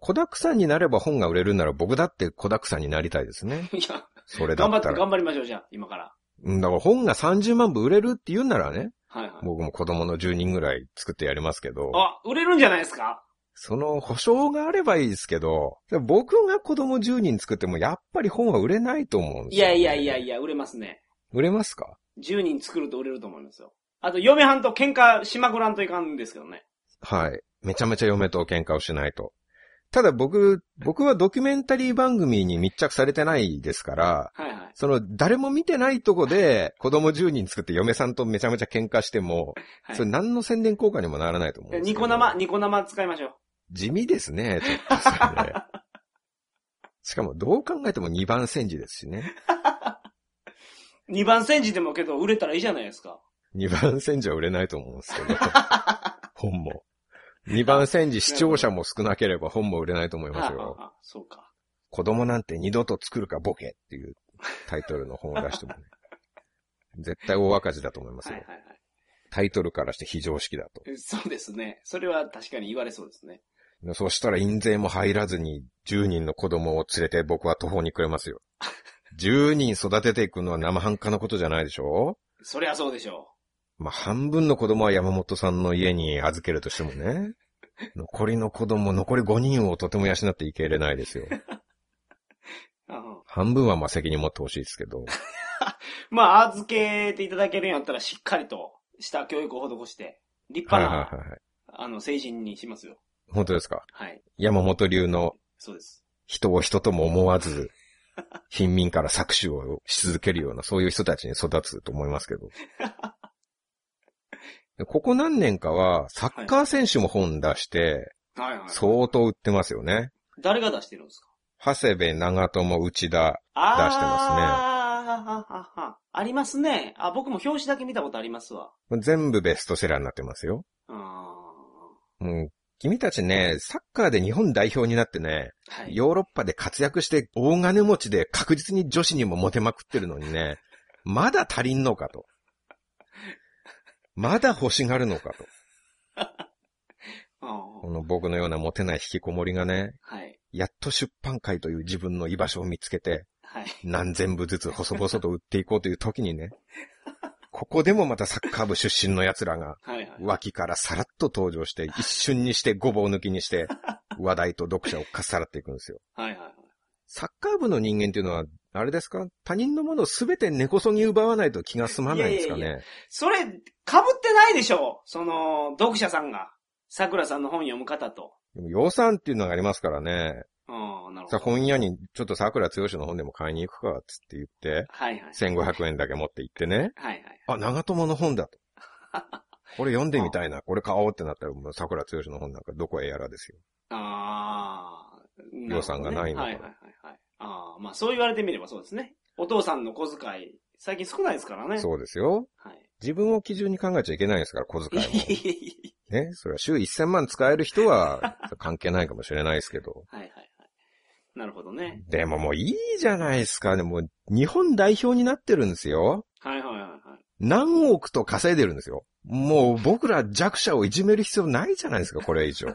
[SPEAKER 2] 小沢さんになれば本が売れるなら僕だって小沢さんになりたいですね。
[SPEAKER 1] いや、
[SPEAKER 2] それだ
[SPEAKER 1] 頑張
[SPEAKER 2] っ
[SPEAKER 1] って
[SPEAKER 2] たら。
[SPEAKER 1] 頑張りましょう、じゃあ、今から。
[SPEAKER 2] うんだから本が30万部売れるって言うならね、
[SPEAKER 1] はいはい。
[SPEAKER 2] 僕も子供の10人ぐらい作ってやりますけど、
[SPEAKER 1] あ、売れるんじゃないですか
[SPEAKER 2] その保証があればいいですけど、僕が子供10人作ってもやっぱり本は売れないと思うんで
[SPEAKER 1] い
[SPEAKER 2] すよ
[SPEAKER 1] や
[SPEAKER 2] ね、
[SPEAKER 1] いやいやいや、売れますね。
[SPEAKER 2] 売れますか
[SPEAKER 1] 10人作ると売れると思いますよ。あと、嫁はんと喧嘩しまくらんといかんですけどね。
[SPEAKER 2] はい。めちゃめちゃ嫁と喧嘩をしないと。ただ僕、僕はドキュメンタリー番組に密着されてないですから、
[SPEAKER 1] はいはい。
[SPEAKER 2] その誰も見てないとこで子供10人作って嫁さんとめちゃめちゃ喧嘩しても、
[SPEAKER 1] はい
[SPEAKER 2] それ何の宣伝効果にもならないと思うんです
[SPEAKER 1] ニ
[SPEAKER 2] けど
[SPEAKER 1] コ生、。ニコ生使いましょう。
[SPEAKER 2] 地味ですね、ちょっとそ
[SPEAKER 1] <laughs>
[SPEAKER 2] れねしかもどう考えても2番煎じですしね。
[SPEAKER 1] 2番煎じでもけど売れたらいいじゃないですか。
[SPEAKER 2] 2番煎じは売れないと思うんですけ
[SPEAKER 1] <laughs>
[SPEAKER 2] ど、本も。2番煎じ視聴者も少なければ本も売れないと思いま
[SPEAKER 1] はあ
[SPEAKER 2] すよ
[SPEAKER 1] は。あはあそうか。
[SPEAKER 2] 子供なんて二度と作るかボケっていうタイトルの本を出してもね。絶対大赤字だと思います
[SPEAKER 1] はい
[SPEAKER 2] よ
[SPEAKER 1] は。いは
[SPEAKER 2] タイトルからして非常識だと。
[SPEAKER 1] い。そうですね。それは確かに言われそうですね。
[SPEAKER 2] そしたら印税も入らずに10人の子供を連れて僕は途方に暮れますよ。10人育てていくのは生半可なことじゃないでしょ
[SPEAKER 1] そりゃそうでしょ
[SPEAKER 2] まあ、半分の子供は山本さんの家に預けるとしてもね。 <laughs> 残りの子供、残り5人をとても養っていけれないですよ。
[SPEAKER 1] う。うん
[SPEAKER 2] 半分はまあ責任持ってほしいですけど。
[SPEAKER 1] まあ、預けていただけるんやったらしっかりとした教育を施して。立
[SPEAKER 2] はい
[SPEAKER 1] 派
[SPEAKER 2] はい
[SPEAKER 1] な、
[SPEAKER 2] はいはい。
[SPEAKER 1] あの、成人にしますよ。
[SPEAKER 2] 本当ですか
[SPEAKER 1] はい。
[SPEAKER 2] 山本流の
[SPEAKER 1] そうです。
[SPEAKER 2] 人を人とも思わず、貧民から搾取をし続けるような、そういう人たちに育つと思いますけど。でここ何年かは、サッカー選手も本出して、
[SPEAKER 1] はいはい。
[SPEAKER 2] 相当売ってますよね。
[SPEAKER 1] 誰が出してるんですか
[SPEAKER 2] 長谷部、長友、内田。
[SPEAKER 1] あ
[SPEAKER 2] 出してますね
[SPEAKER 1] ああ、ありますね。あ、僕も表紙だけ見たことありますわ。
[SPEAKER 2] 全部ベストセラーになってますよ。
[SPEAKER 1] うーん
[SPEAKER 2] もう、君たちね、サッカーで日本代表になってね、
[SPEAKER 1] はい。
[SPEAKER 2] ヨーロッパで活躍して大金持ちで確実に女子にもモテまくってるの
[SPEAKER 1] <laughs>
[SPEAKER 2] にね、まだ足りんのかと。まだ欲しがるのかと。
[SPEAKER 1] うん
[SPEAKER 2] この僕のようなモテない引きこもりがね、
[SPEAKER 1] はい。
[SPEAKER 2] やっと出版会という自分の居場所を見つけて、
[SPEAKER 1] はい。
[SPEAKER 2] 何千部ずつ細々と売っていこうという時にね、ここでもまたサッカー部出身の奴らが、
[SPEAKER 1] はいはい。
[SPEAKER 2] 脇からさらっと登場して、一瞬にしてごぼう抜きにして、話題と読者をかっさらっていくんですよ。
[SPEAKER 1] はいはいはい。
[SPEAKER 2] サッカー部の人間っていうのは、あれですか他人のものをすべて根こそぎ奪わないと気が済まないんですか
[SPEAKER 1] いや
[SPEAKER 2] ね
[SPEAKER 1] それ、被ってないでしょその、読者さんが。桜さんの本読む方と。
[SPEAKER 2] でも予算っていうのがありますからね。
[SPEAKER 1] うん、なるほ
[SPEAKER 2] さあ
[SPEAKER 1] ど。
[SPEAKER 2] 本屋に、ちょっと桜剛の本でも買いに行くか、つって言って、
[SPEAKER 1] はいはい。
[SPEAKER 2] 1500円だけ持って行ってね。
[SPEAKER 1] はいはい。
[SPEAKER 2] あ、長友の本だと。これ読んでみたいな。これ買おうってなったら、もう桜剛の本なんかどこへやらですよ。
[SPEAKER 1] <laughs> ああ、なるほどね
[SPEAKER 2] 予算がないのか
[SPEAKER 1] はいはいはいはい。ああ、まあそう言われてみればそうですね。お父さんの小遣い、最近少ないですからね。う。
[SPEAKER 2] そうですよ。
[SPEAKER 1] はい。
[SPEAKER 2] 自分を基準に考えちゃいけないですから、小遣いも。
[SPEAKER 1] <laughs> い
[SPEAKER 2] ね、それは週1000万使える人は
[SPEAKER 1] <laughs>
[SPEAKER 2] 関係ないかもしれないですけど。
[SPEAKER 1] はいはいはい。なるほどね。
[SPEAKER 2] でももういいじゃないですかね。もう日本代表になってるんですよ。
[SPEAKER 1] はいはいはいはい。
[SPEAKER 2] 何億と稼いでるんですよ。もう僕ら弱者をいじめる必要ないじゃないですか、これ以上。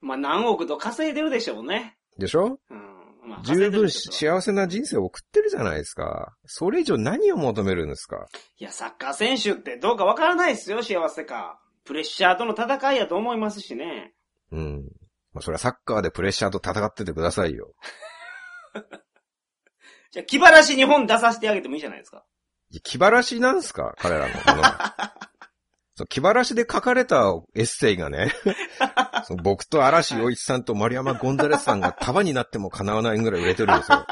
[SPEAKER 1] まあ何億と稼いでるでしょうね。
[SPEAKER 2] でしょ
[SPEAKER 1] うん。まあ、稼
[SPEAKER 2] 十
[SPEAKER 1] いでる
[SPEAKER 2] 分
[SPEAKER 1] でしょうけど
[SPEAKER 2] 幸せな人生を送ってるじゃないですか。それ以上何を求めるんですか
[SPEAKER 1] いや、サッカー選手ってどうかわからないですよ、幸せか。プレッシャーとの戦いやと思いますしね。
[SPEAKER 2] うん。まあ、それはサッカーでプレッシャーと戦っててくださいよ。
[SPEAKER 1] じゃあ、気晴らしに本出させてあげてもいいじゃないですか。
[SPEAKER 2] いや気晴らしなんすか彼らのものが。
[SPEAKER 1] <laughs>
[SPEAKER 2] そう、気晴らしで書かれたエッセイ
[SPEAKER 1] <laughs>
[SPEAKER 2] がね、そう僕と嵐洋一さんと丸山ゴンザレスさんが束になっても叶わないぐらい売れてるんですよ。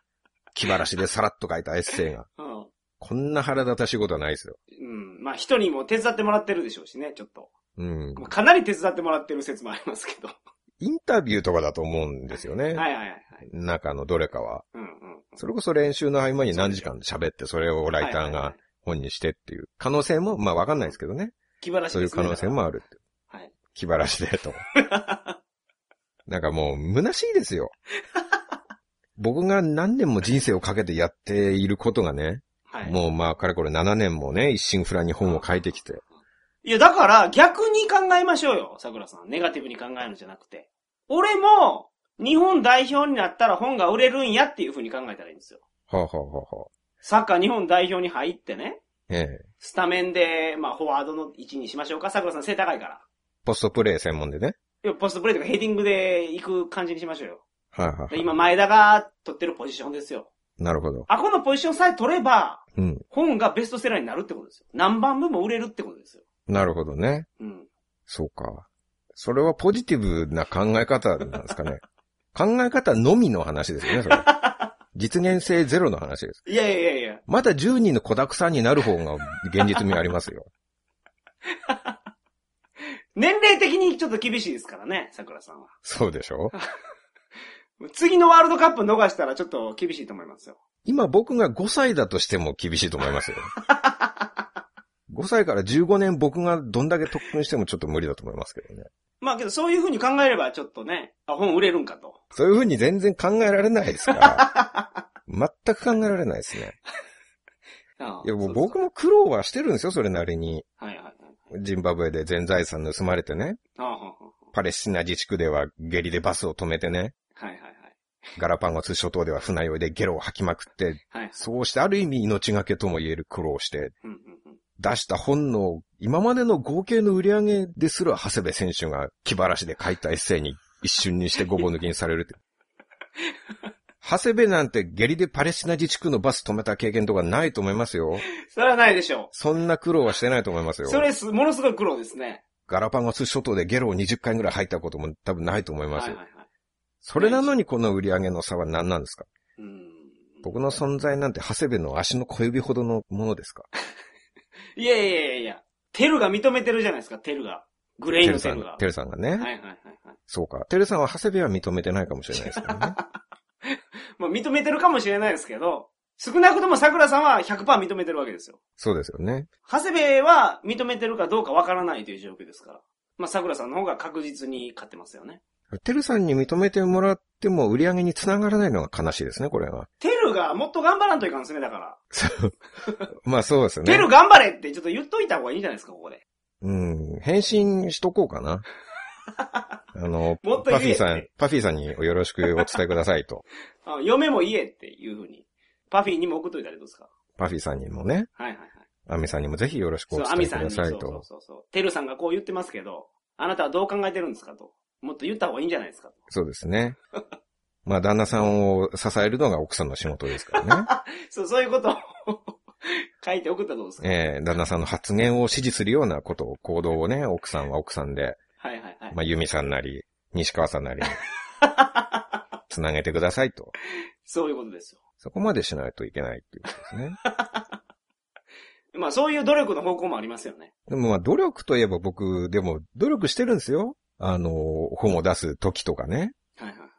[SPEAKER 1] <laughs>
[SPEAKER 2] 気晴らしでさらっと書いたエッセイが。
[SPEAKER 1] うん。
[SPEAKER 2] こんな腹立たしいことはないですよ。
[SPEAKER 1] うん。まあ、人にも手伝ってもらってるでしょうしね、ちょっと。
[SPEAKER 2] うん。
[SPEAKER 1] まあかなり手伝ってもらってる説もありますけど。は
[SPEAKER 2] インタビューとかだと思うんですよね。
[SPEAKER 1] いはいはいはい。
[SPEAKER 2] 中のどれかは。
[SPEAKER 1] うんうん。
[SPEAKER 2] それこそ練習の合間に何時間喋って、それをライタ
[SPEAKER 1] は
[SPEAKER 2] ー
[SPEAKER 1] いはいは
[SPEAKER 2] が
[SPEAKER 1] い
[SPEAKER 2] 本にしてっていう可能性も、まあわかんないですけどね。
[SPEAKER 1] 気晴らし
[SPEAKER 2] そういう可能性もあるって。
[SPEAKER 1] はい。
[SPEAKER 2] 気晴らし
[SPEAKER 1] <laughs>
[SPEAKER 2] でと。なんかもう、虚しいで
[SPEAKER 1] <laughs>
[SPEAKER 2] すよ。僕が何年も人生をかけてやっていることがね、
[SPEAKER 1] はい。
[SPEAKER 2] もうまあ、かれこれ7年もね、一心不乱に本を書いてきて、
[SPEAKER 1] いや、だから逆に考えましょうよ、桜さん。ネガティブに考えるんじゃなくて。俺も、日本代表になったら本が売れるんやっていう風に考えたらいいんですよ。
[SPEAKER 2] はあ、はあはあはあ
[SPEAKER 1] サッカー日本代表に入ってね、
[SPEAKER 2] ええ、
[SPEAKER 1] スタメンで、まあ、フォワードの位置にしましょうか。桜さん背高いから。
[SPEAKER 2] ポストプレイ専門でね。
[SPEAKER 1] いやポストプレーとかヘディングで行く感じにしましょうよ。
[SPEAKER 2] はい、はいはい、
[SPEAKER 1] で今、前田が取ってるポジションですよ。
[SPEAKER 2] なるほど。
[SPEAKER 1] あ、このポジションさえ取れば、
[SPEAKER 2] うん。
[SPEAKER 1] 本がベストセラーになるってことですよ。何番分も売れるってことですよ。
[SPEAKER 2] なるほどね。
[SPEAKER 1] うん。
[SPEAKER 2] そうか。それはポジティブな考え方なんです
[SPEAKER 1] <laughs>
[SPEAKER 2] かね。考え方のみの話ですよね、それ。実現性ゼロの話です。
[SPEAKER 1] いやいやいやいや。
[SPEAKER 2] まだ10人の子だくさんになる方が現実味ありますよ。
[SPEAKER 1] 年齢的にちょっと厳しいですからね、桜さんは。
[SPEAKER 2] そうでしょ
[SPEAKER 1] 次のワールドカップ逃したらちょっと厳しいと思いますよ。
[SPEAKER 2] 今僕が5歳だとしても厳しいと思いますよ。5歳から15年僕がどんだけ特訓してもちょっと無理だと思いますけどね。
[SPEAKER 1] まあけどそういう風に考えればちょっとね、あ、本売れるんかと。
[SPEAKER 2] そういうふうに全然考えられないですから。全く考えられないですね。
[SPEAKER 1] ああ
[SPEAKER 2] いや、もう
[SPEAKER 1] そ
[SPEAKER 2] 僕
[SPEAKER 1] う
[SPEAKER 2] も苦労はしてるんですよ、それなりに。
[SPEAKER 1] そうはいはいはい。
[SPEAKER 2] ジンバブエで全財産盗まれてね。
[SPEAKER 1] ああはあは
[SPEAKER 2] パレスチナ自治区では下痢でバスを止めてね。
[SPEAKER 1] あはいはいはい。
[SPEAKER 2] ガラパンゴス諸島では船酔いでゲロを吐きまくって、
[SPEAKER 1] はい。
[SPEAKER 2] そうしてある意味命がけとも言える苦労をして、
[SPEAKER 1] うんうんうん。
[SPEAKER 2] 出した本の今までの合計の売り上げですら長谷部選手が気晴らしで書いたエッセイに一瞬にしてごぼ抜きにされるって。長谷部なんて下痢でパレスチナ自治区のバス止めた経験とかないと思いますよ。
[SPEAKER 1] それはないでしょ
[SPEAKER 2] そんな苦労はしてないと思います
[SPEAKER 1] う。
[SPEAKER 2] よ。
[SPEAKER 1] それす、ものすごい苦労ですね。
[SPEAKER 2] ガラパゴス諸島でゲロを20回ぐらい入ったことも多分ないと思い
[SPEAKER 1] は
[SPEAKER 2] ま
[SPEAKER 1] い
[SPEAKER 2] す
[SPEAKER 1] はい
[SPEAKER 2] よ。
[SPEAKER 1] はい。
[SPEAKER 2] それなのにこの売り上げの差は何なんですか
[SPEAKER 1] うん。
[SPEAKER 2] 僕の存在なんて長谷部の足の小指ほどのものですか
[SPEAKER 1] いやいやいやいや。テルが認めてるじゃないですか、テルが。グレイ
[SPEAKER 2] テ
[SPEAKER 1] の
[SPEAKER 2] ル
[SPEAKER 1] テ
[SPEAKER 2] さ
[SPEAKER 1] ル
[SPEAKER 2] ん
[SPEAKER 1] が。、
[SPEAKER 2] テルさんがね。
[SPEAKER 1] はいはいはいはい。
[SPEAKER 2] そうか。テルさんは長谷部は認めてないかもしれないですけ
[SPEAKER 1] <laughs>
[SPEAKER 2] どね。
[SPEAKER 1] まあ認めてるかもしれないですけど、少なくとも桜さんは100%認めてるわけですよ。
[SPEAKER 2] そうですよね。
[SPEAKER 1] 長谷部は認めてるかどうかわからないという状況ですから。まあ桜さんの方が確実に勝ってますよね。
[SPEAKER 2] テルさんに認めてもらっても売り上げにつながらないのが悲しいですね、これは。 <laughs>
[SPEAKER 1] テルがもっと頑張らんといかんですね、だから。
[SPEAKER 2] そうまあそうですね。
[SPEAKER 1] テル頑張れってちょっと言っといた方がいいんじゃないですか、ここで。
[SPEAKER 2] うん。返信しとこうか
[SPEAKER 1] <laughs>
[SPEAKER 2] な。あの、
[SPEAKER 1] もっと言え
[SPEAKER 2] パフィーさん、パフィーさんによろしくお伝えくださいと。
[SPEAKER 1] あ嫁も言えっていうふうに。パフィーにも送っといたらどうですか
[SPEAKER 2] パフィーさんにもね、
[SPEAKER 1] はいはいはい。
[SPEAKER 2] アミさんにもぜひよろしくお
[SPEAKER 1] そう、
[SPEAKER 2] 伝
[SPEAKER 1] ア
[SPEAKER 2] え
[SPEAKER 1] ミ
[SPEAKER 2] く
[SPEAKER 1] さん
[SPEAKER 2] だ
[SPEAKER 1] に、そう
[SPEAKER 2] さ
[SPEAKER 1] そ
[SPEAKER 2] いうと。
[SPEAKER 1] そうそう。テルさんがこう言ってますけど、あなたはどう考えてるんですかと。もっと言った方がいいんじゃないですかと。
[SPEAKER 2] そうですね。 <laughs> まあ旦那さんを支えるのが奥さんの仕事ですからね。
[SPEAKER 1] そう、そういうことを <laughs> 書いて送ったらどうですか、
[SPEAKER 2] ええ旦那さんの発言を支持するようなことを、行動をね、奥さんは奥さんで、
[SPEAKER 1] はいはいはい。
[SPEAKER 2] まあ、ユミさんなり、西川さんなりに、つなげてくださいと。
[SPEAKER 1] そういうことですよ。
[SPEAKER 2] そこまでしないといけないっていうことですね。
[SPEAKER 1] まあそういう努力の方向もありますよね。
[SPEAKER 2] でもまあ、努力といえば僕、でも、努力してるんですよ。あの、本を出す時とかね。
[SPEAKER 1] はいはいはい。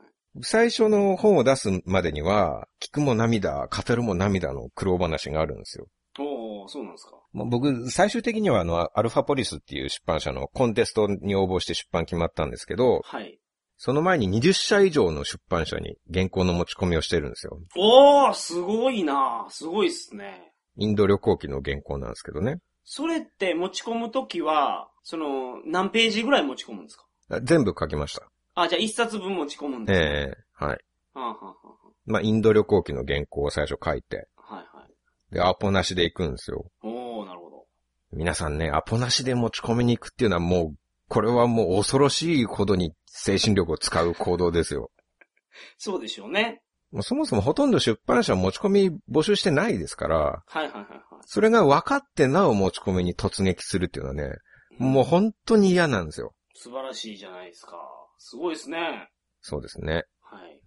[SPEAKER 2] 最初の本を出すまでには、聞くも涙、語るも涙の苦労話があるんですよ。
[SPEAKER 1] おー、そうなんですか。
[SPEAKER 2] まあ、僕、最終的にはあの、アルファポリスっていう出版社のコンテストに応募して出版決まったんですけど、
[SPEAKER 1] はい。
[SPEAKER 2] その前に20社以上の出版社に原稿の持ち込みをしてるんですよ。
[SPEAKER 1] おー、すごいなすごいっすね。
[SPEAKER 2] インド旅行記の原稿なんですけどね。
[SPEAKER 1] それって持ち込むときは、その、何ページぐらい持ち込むんですか
[SPEAKER 2] あ全部書きました。
[SPEAKER 1] あ、じゃあ一冊分持ち込むんですね。
[SPEAKER 2] ええは
[SPEAKER 1] は
[SPEAKER 2] い。
[SPEAKER 1] あはあは
[SPEAKER 2] まあ、インド旅行記の原稿を最初書いて、
[SPEAKER 1] あはいはい。
[SPEAKER 2] で、アポなしで行くんですよ。
[SPEAKER 1] おー、なるほど。
[SPEAKER 2] 皆さんね、アポなしで持ち込みに行くっていうのはもう、これはもう恐ろしいほどに精神力を使う行動ですよ。
[SPEAKER 1] そうでしょうね。
[SPEAKER 2] もうそもそもほとんど出版社は持ち込み募集してないですから、
[SPEAKER 1] はいはいはいは
[SPEAKER 2] それが分かってなお持ち込みに突撃するっていうのはね、
[SPEAKER 1] い。
[SPEAKER 2] もう
[SPEAKER 1] う。
[SPEAKER 2] 本当に嫌なんですよ。
[SPEAKER 1] 素晴らしいじゃないですか。すごいですね。
[SPEAKER 2] そうですね。
[SPEAKER 1] はい。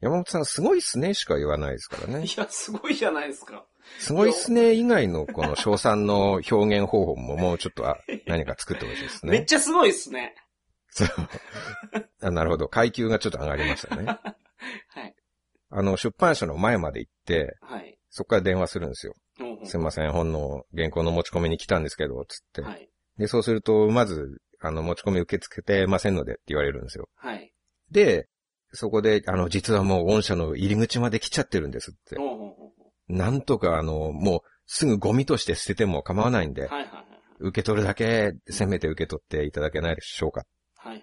[SPEAKER 2] 山本さんすごいっすねしか言わないですからね
[SPEAKER 1] い。や、すごいじゃないですか。
[SPEAKER 2] すごいっすね以外のこの賞賛の表現方法ももうちょっとあ何か作ってほしいで
[SPEAKER 1] <laughs>
[SPEAKER 2] す
[SPEAKER 1] めっ
[SPEAKER 2] ね。
[SPEAKER 1] ちゃすごいっすね。
[SPEAKER 2] そう。 <laughs> あなるほど。階級がちょっと上がりましたね。
[SPEAKER 1] <laughs> はい。
[SPEAKER 2] あの、出版社の前まで行って、
[SPEAKER 1] はい。
[SPEAKER 2] そこから電話するんですよ。
[SPEAKER 1] ほうほう
[SPEAKER 2] すいません、本の原稿の持ち込みに来たんですけど、つって。
[SPEAKER 1] はい。
[SPEAKER 2] で、そうすると、まず、あの、持ち込み受け付けてませんのでって言われるんですよ。
[SPEAKER 1] はい。
[SPEAKER 2] で、そこで、あの、実はもう御社の入り口まで来ちゃってるんですって
[SPEAKER 1] ほ。うほうほうほ
[SPEAKER 2] なんとか、あの、もう、すぐゴミとして捨てても構わないんで
[SPEAKER 1] う。、はいはいはいはい。
[SPEAKER 2] 受け取るだけ、せめて受け取っていただけないでしょうかっ
[SPEAKER 1] はいはい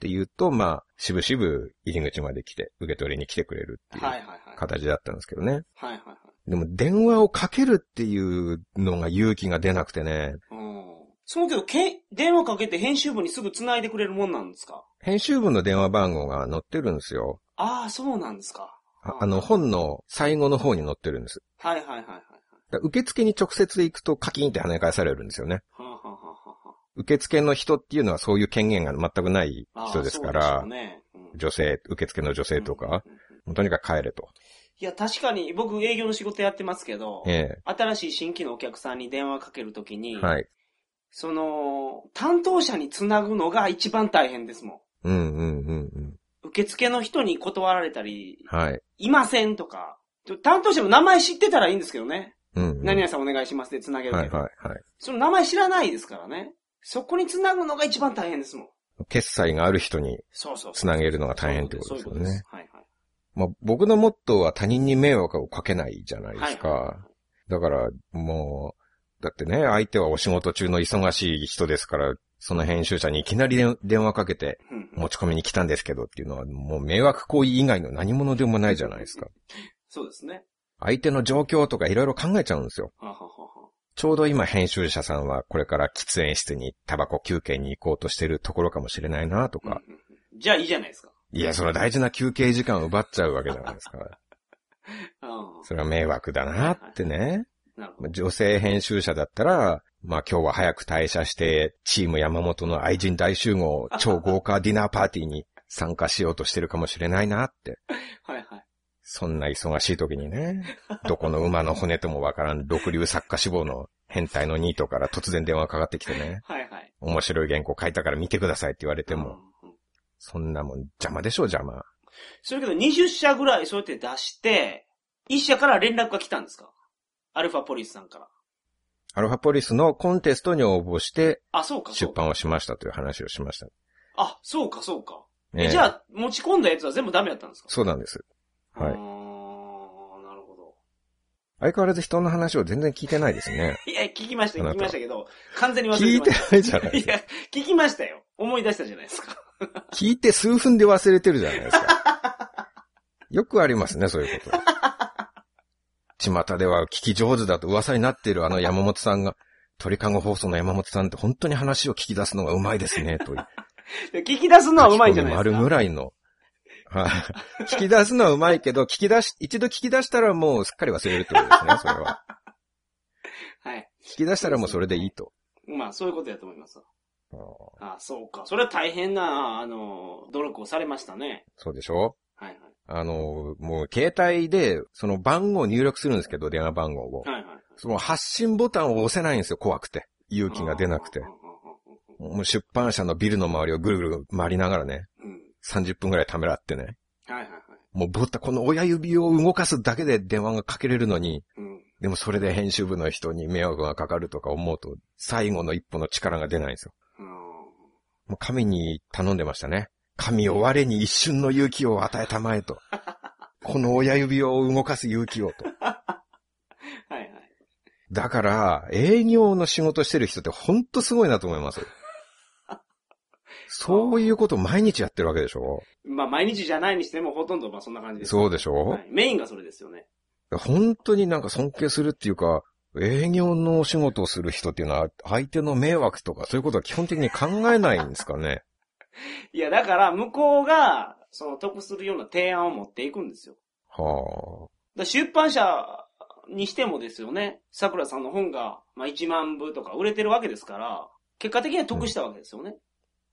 [SPEAKER 2] て言うと、まあ、しぶしぶ入り口まで来て、受け取りに来てくれるってい
[SPEAKER 1] はい。はい
[SPEAKER 2] う
[SPEAKER 1] はいはい。
[SPEAKER 2] 形だったんですけどね。
[SPEAKER 1] はいはいはい。
[SPEAKER 2] でも、電話をかけるっていうのが勇気が出なくてね、
[SPEAKER 1] うん。そのけど、け、電話かけて編集部にすぐ繋いでくれるもんなんですか
[SPEAKER 2] 編集部の電話番号が載ってるんですよ。
[SPEAKER 1] ああ、そうなんですか。
[SPEAKER 2] あ
[SPEAKER 1] うん
[SPEAKER 2] あの、本の最後の方に載ってるんです。
[SPEAKER 1] はいはいはいはい。
[SPEAKER 2] だ受付に直接行くとカキンって跳ね返されるんですよね。
[SPEAKER 1] はあ、はあはあはあ、
[SPEAKER 2] 受付の人っていうのはそういう権限が全くない
[SPEAKER 1] ああ
[SPEAKER 2] 人ですか
[SPEAKER 1] そうでしょ
[SPEAKER 2] ら、
[SPEAKER 1] うねうん
[SPEAKER 2] 女性、受付の女性とか、
[SPEAKER 1] うんうんうん
[SPEAKER 2] もうとにかく帰れと。
[SPEAKER 1] いや、確かに僕営業の仕事やってますけど、
[SPEAKER 2] え
[SPEAKER 1] 新しい新規のお客さんに電話かけるとき
[SPEAKER 2] え
[SPEAKER 1] に、
[SPEAKER 2] はい。
[SPEAKER 1] その、担当者につなぐのが一番大変ですも
[SPEAKER 2] うんうんうんうん。
[SPEAKER 1] ん。受付の人に断られたり、
[SPEAKER 2] はい。
[SPEAKER 1] いませんとか、担当者の名前知ってたらいいんですけどね。
[SPEAKER 2] うん、うん。
[SPEAKER 1] 何々さんお願いしますでつなげる
[SPEAKER 2] は
[SPEAKER 1] け
[SPEAKER 2] い
[SPEAKER 1] ど、
[SPEAKER 2] はいはい。
[SPEAKER 1] その名前知らないですからね。そこにつなぐのが一番大変ですもん。
[SPEAKER 2] 決済がある人に
[SPEAKER 1] そうそう
[SPEAKER 2] つなげるのが大変ってことですよ
[SPEAKER 1] そういう
[SPEAKER 2] ね。
[SPEAKER 1] こはいはい。
[SPEAKER 2] まあ、僕のモットーは他人に迷惑をかけないじゃないで
[SPEAKER 1] はい
[SPEAKER 2] すか。だから、もう、だってね、相手はお仕事中の忙しい人ですから、その編集者にいきなりで電話かけて、
[SPEAKER 1] うんうん
[SPEAKER 2] 持ち込みに来たんですけどっていうのは、もう迷惑行為以外の何者でもないじゃないですか。
[SPEAKER 1] そうですね。
[SPEAKER 2] 相手の状況とかいろいろ考えちゃうんですよ。
[SPEAKER 1] はあはあはあは
[SPEAKER 2] ちょうど今編集者さんはこれから喫煙室にタバコ休憩に行こうとしてるところかもしれないなと
[SPEAKER 1] あ
[SPEAKER 2] か、
[SPEAKER 1] うんうんうんじゃあいいじゃないですか。
[SPEAKER 2] いや、それは大事な休憩時間を奪っちゃうわけじゃな
[SPEAKER 1] <laughs>
[SPEAKER 2] いですか。
[SPEAKER 1] うん
[SPEAKER 2] それは迷惑だなってね。
[SPEAKER 1] なるほ
[SPEAKER 2] まあ女性編集者だったら、まあ今日は早く退社して、チーム山本の愛人大集合、超豪華ディナーパーティーに参加しようとしてるかもしれないなって。
[SPEAKER 1] ど。はいはい。
[SPEAKER 2] そんな忙しい時にね、どこの馬の骨ともわからん六流作家志望の変態のニートから突然電話かかってきてね、
[SPEAKER 1] はいはい。
[SPEAKER 2] 面白い原稿書いたから見てくださいって言われても、
[SPEAKER 1] うん。うん
[SPEAKER 2] そんなもん邪魔でしょ邪魔。
[SPEAKER 1] それけど20社ぐらいそうやって出して、1社から連絡が来たんですかアルファポリスさんから。
[SPEAKER 2] アルファポリスのコンテストに応募して
[SPEAKER 1] あ、そうか、そ
[SPEAKER 2] 出
[SPEAKER 1] うか。
[SPEAKER 2] 版をしましたという話をしました。
[SPEAKER 1] あ、そうか、そうか。え
[SPEAKER 2] ええ
[SPEAKER 1] じゃあ、持ち込んだやつは全部ダメだったんですか
[SPEAKER 2] そうなんです。はい
[SPEAKER 1] あーなるほど。
[SPEAKER 2] 相変わらず人の話を全然聞いてないですね。
[SPEAKER 1] いや、聞きました、
[SPEAKER 2] あな
[SPEAKER 1] 聞
[SPEAKER 2] た
[SPEAKER 1] きましたけど、完全に忘
[SPEAKER 2] <laughs> 聞
[SPEAKER 1] れ
[SPEAKER 2] い
[SPEAKER 1] て
[SPEAKER 2] て
[SPEAKER 1] まし
[SPEAKER 2] ないじゃな
[SPEAKER 1] た。
[SPEAKER 2] いで
[SPEAKER 1] い
[SPEAKER 2] すか。
[SPEAKER 1] や、聞きましたよ。思い出したじゃないですか。
[SPEAKER 2] 聞いて数分で忘れてるじゃないですか。 <laughs> よくありますね、そういうこと。巷では聞き上手だと噂になっているあの山本さんが、鳥かご放送の山本さんって本当に話を聞き出すのがうまいですね、という。
[SPEAKER 1] 聞き出すのはうまいじゃないです
[SPEAKER 2] 書き込みもある
[SPEAKER 1] か
[SPEAKER 2] ぐ。らいの。はい聞き出すのはうまいけど、聞き出し、一度聞き出したらもうすっかり忘れるってことですね、それは。
[SPEAKER 1] はい。
[SPEAKER 2] 聞き出したらもうそれでいいと。
[SPEAKER 1] まあ、そういうことだと思いますわ。
[SPEAKER 2] あー
[SPEAKER 1] あそうか。それは大変な、あの、努力をされましたね。
[SPEAKER 2] そうでしょ
[SPEAKER 1] はいはい。
[SPEAKER 2] あの、もう携帯で、その番号を入力するんですけど、電話番号を。
[SPEAKER 1] はいはいはい。
[SPEAKER 2] その発信ボタンを押せないんですよ、怖くて。勇気が出なくて
[SPEAKER 1] うん。うん
[SPEAKER 2] もう出版社のビルの周りをぐるぐる回りながらね、
[SPEAKER 1] うんうんうん。
[SPEAKER 2] 30分ぐらいためらってね。
[SPEAKER 1] うんはいはいはい。
[SPEAKER 2] もうボタン、この親指を動かすだけで電話がかけれるのに、
[SPEAKER 1] うん。
[SPEAKER 2] でもそれで編集部の人に迷惑がかかるとか思うと、最後の一歩の力が出ないんですよ。
[SPEAKER 1] うん
[SPEAKER 2] もう神に頼んでましたね。神を我に一瞬の勇気を与えたま
[SPEAKER 1] <laughs>
[SPEAKER 2] えと。この親指を動かす勇気をと。
[SPEAKER 1] はいはい。
[SPEAKER 2] だから、営業の仕事してる人ってほんとすごいなと思います。そういうこと毎日やってるわけでしょ
[SPEAKER 1] まあ、毎日じゃないにしても、ほとんど、まあ、そんな感じです。
[SPEAKER 2] そうでしょ、
[SPEAKER 1] はい。メインがそれですよね。
[SPEAKER 2] 本当になんか尊敬するっていうか、営業のお仕事をする人っていうのは、相手の迷惑とかそういうことは基本的に考えないんですかね。
[SPEAKER 1] いや、だから、向こうが、その、得するような提案を持っていくんですよ。
[SPEAKER 2] は
[SPEAKER 1] だから出版社にしてもですよね、桜さんの本が、まあ、1万部とか売れてるわけですから、結果的には得したわけですよね。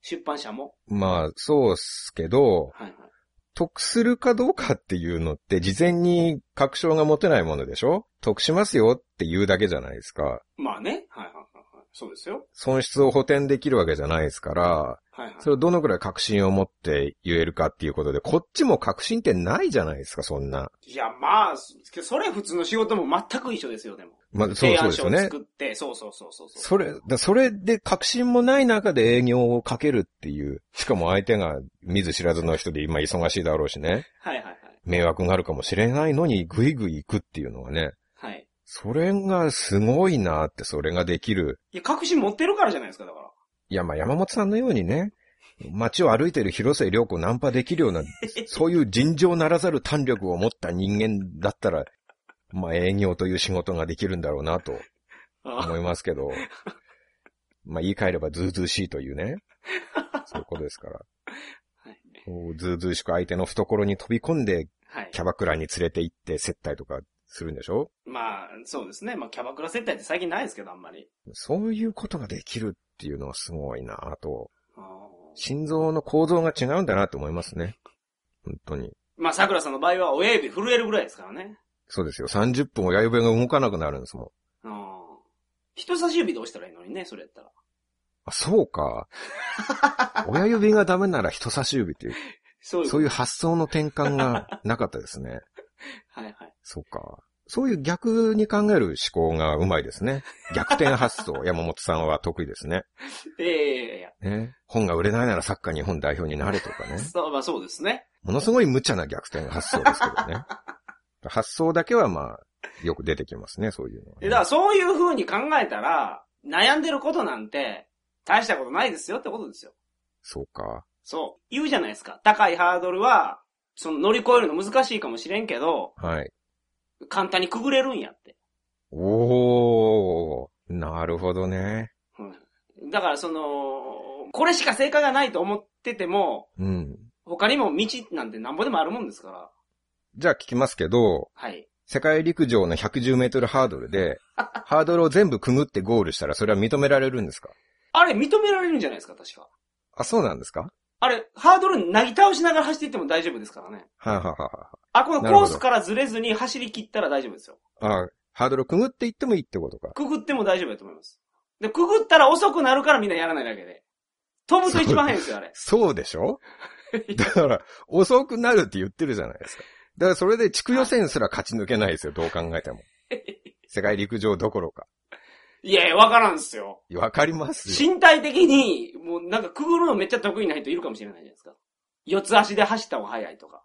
[SPEAKER 1] 出版社も。
[SPEAKER 2] あ。まあ、そうっすけど、
[SPEAKER 1] はいはい。
[SPEAKER 2] 得するかどうかっていうのって事前に確証が持てないものでしょ得しますよって言うだけじゃないですか。
[SPEAKER 1] まあね。はいはいはいはい。そうですよ。
[SPEAKER 2] 損失を補填できるわけじゃないですから、
[SPEAKER 1] はいはい。
[SPEAKER 2] それをどのくらい確信を持って言えるかっていうことで、こっちも確信ってないじゃないですか、そんな。
[SPEAKER 1] いや、まあ、そそれ普通の仕事も全く一緒ですよ、でも。
[SPEAKER 2] まあ、そう
[SPEAKER 1] 提
[SPEAKER 2] そう
[SPEAKER 1] 案
[SPEAKER 2] です
[SPEAKER 1] 書
[SPEAKER 2] よ
[SPEAKER 1] を
[SPEAKER 2] ね。
[SPEAKER 1] 作って、そうそうそうそうそう。
[SPEAKER 2] それ、だそれで確信もない中で営業をかけるっていう。しかも相手が見ず知らずの人で今忙しいだろうしね。
[SPEAKER 1] はいはいはい。
[SPEAKER 2] 迷惑があるかもしれないのにぐいぐい行くっていうのはね。
[SPEAKER 1] はい。
[SPEAKER 2] それがすごいなって、それができる。
[SPEAKER 1] いや、確信持ってるからじゃないですか、だから。
[SPEAKER 2] いや、まあ、山本さんのようにね、街を歩いてる広瀬良子をナンパできるような、そういう尋常ならざる胆力を持った人間だったら、まあ、営業という仕事ができるんだろうなと
[SPEAKER 1] あ
[SPEAKER 2] 思いますけど、まあ、言い換えればズうずうしいというね、そういうことですから。
[SPEAKER 1] はい。
[SPEAKER 2] こうずうずうしく相手の懐に飛び込んで、
[SPEAKER 1] はい
[SPEAKER 2] キ。ャバクラに連れて行って接待とかするんでしょ
[SPEAKER 1] まあ、そうですね。まあ、キャバクラ接待って最近ないですけど、あんまり。
[SPEAKER 2] そういうことができるっていうのはすごいなと、
[SPEAKER 1] あー
[SPEAKER 2] 心臓の構造が違うんだなと思いますね。本当に。
[SPEAKER 1] まあ、桜さんの場合は親指震えるぐらいですからね。
[SPEAKER 2] そうですよ。30分親指が動かなくなるんですもん。
[SPEAKER 1] あー人差し指で押したらいいのにね、それやったら。
[SPEAKER 2] あ、そうか。親指がダメなら人差し指っていう、
[SPEAKER 1] そういう。
[SPEAKER 2] そういう発想の転換がなかったですね。
[SPEAKER 1] はいはい。
[SPEAKER 2] そうか。そういう逆に考える思考がうまいですね。逆転発想、山本さんは得意ですね。
[SPEAKER 1] ええいやいや
[SPEAKER 2] ね。本が売れないならサッカー日本代表になれとかね。
[SPEAKER 1] そう、まあそうですね。
[SPEAKER 2] ものすごい無茶な逆転発想ですけどね。発想だけはまあ、よく出てきますね、そういうのはね、
[SPEAKER 1] で、だからそういう風に考えたら、悩んでることなんて、大したことないですよってことですよ。
[SPEAKER 2] そうか。
[SPEAKER 1] そう。言うじゃないですか。高いハードルは、その乗り越えるの難しいかもしれんけど、
[SPEAKER 2] はい。
[SPEAKER 1] 簡単にくぐれるんやって。
[SPEAKER 2] おー、なるほどね。
[SPEAKER 1] うんだからその、これしか正解がないと思ってても、
[SPEAKER 2] うん。
[SPEAKER 1] 他にも道なんてなんぼでもあるもんですから。
[SPEAKER 2] じゃあ聞きますけど、
[SPEAKER 1] はい。
[SPEAKER 2] 世界陸上の110メートルハードルで、ハードルを全部くぐってゴールしたらそれは認められるんですか
[SPEAKER 1] あれ認められるんじゃないですか、確か。
[SPEAKER 2] あ、そうなんですか
[SPEAKER 1] あれ、ハードルなぎ倒しながら走っていっても大丈夫ですからね。
[SPEAKER 2] はいはいは
[SPEAKER 1] あ、この
[SPEAKER 2] なる
[SPEAKER 1] コ
[SPEAKER 2] ほ
[SPEAKER 1] ー
[SPEAKER 2] ど
[SPEAKER 1] スからずれずに走り切ったら大丈夫ですよ。
[SPEAKER 2] いはい。あ、ハードルをくぐっていってもいいってことか。
[SPEAKER 1] くぐっても大丈夫だと思います。で、くぐったら遅くなるからみんなやらないだけで。飛ぶと一番早いんですよ、あれ。
[SPEAKER 2] そうでし
[SPEAKER 1] <laughs>
[SPEAKER 2] ょだから、遅くなるって言ってるじゃないですか。だからそれで地区予選すら勝ち抜けないですよ、どう考えて
[SPEAKER 1] <laughs>
[SPEAKER 2] も。世界陸上どころか。
[SPEAKER 1] いやいや、わからんっすよ。
[SPEAKER 2] わかりますよ。
[SPEAKER 1] 身体的に、もうなんかくぐるのめっちゃ得意な人いるかもしれないじゃないですか。四つ足で走った方が早いとか。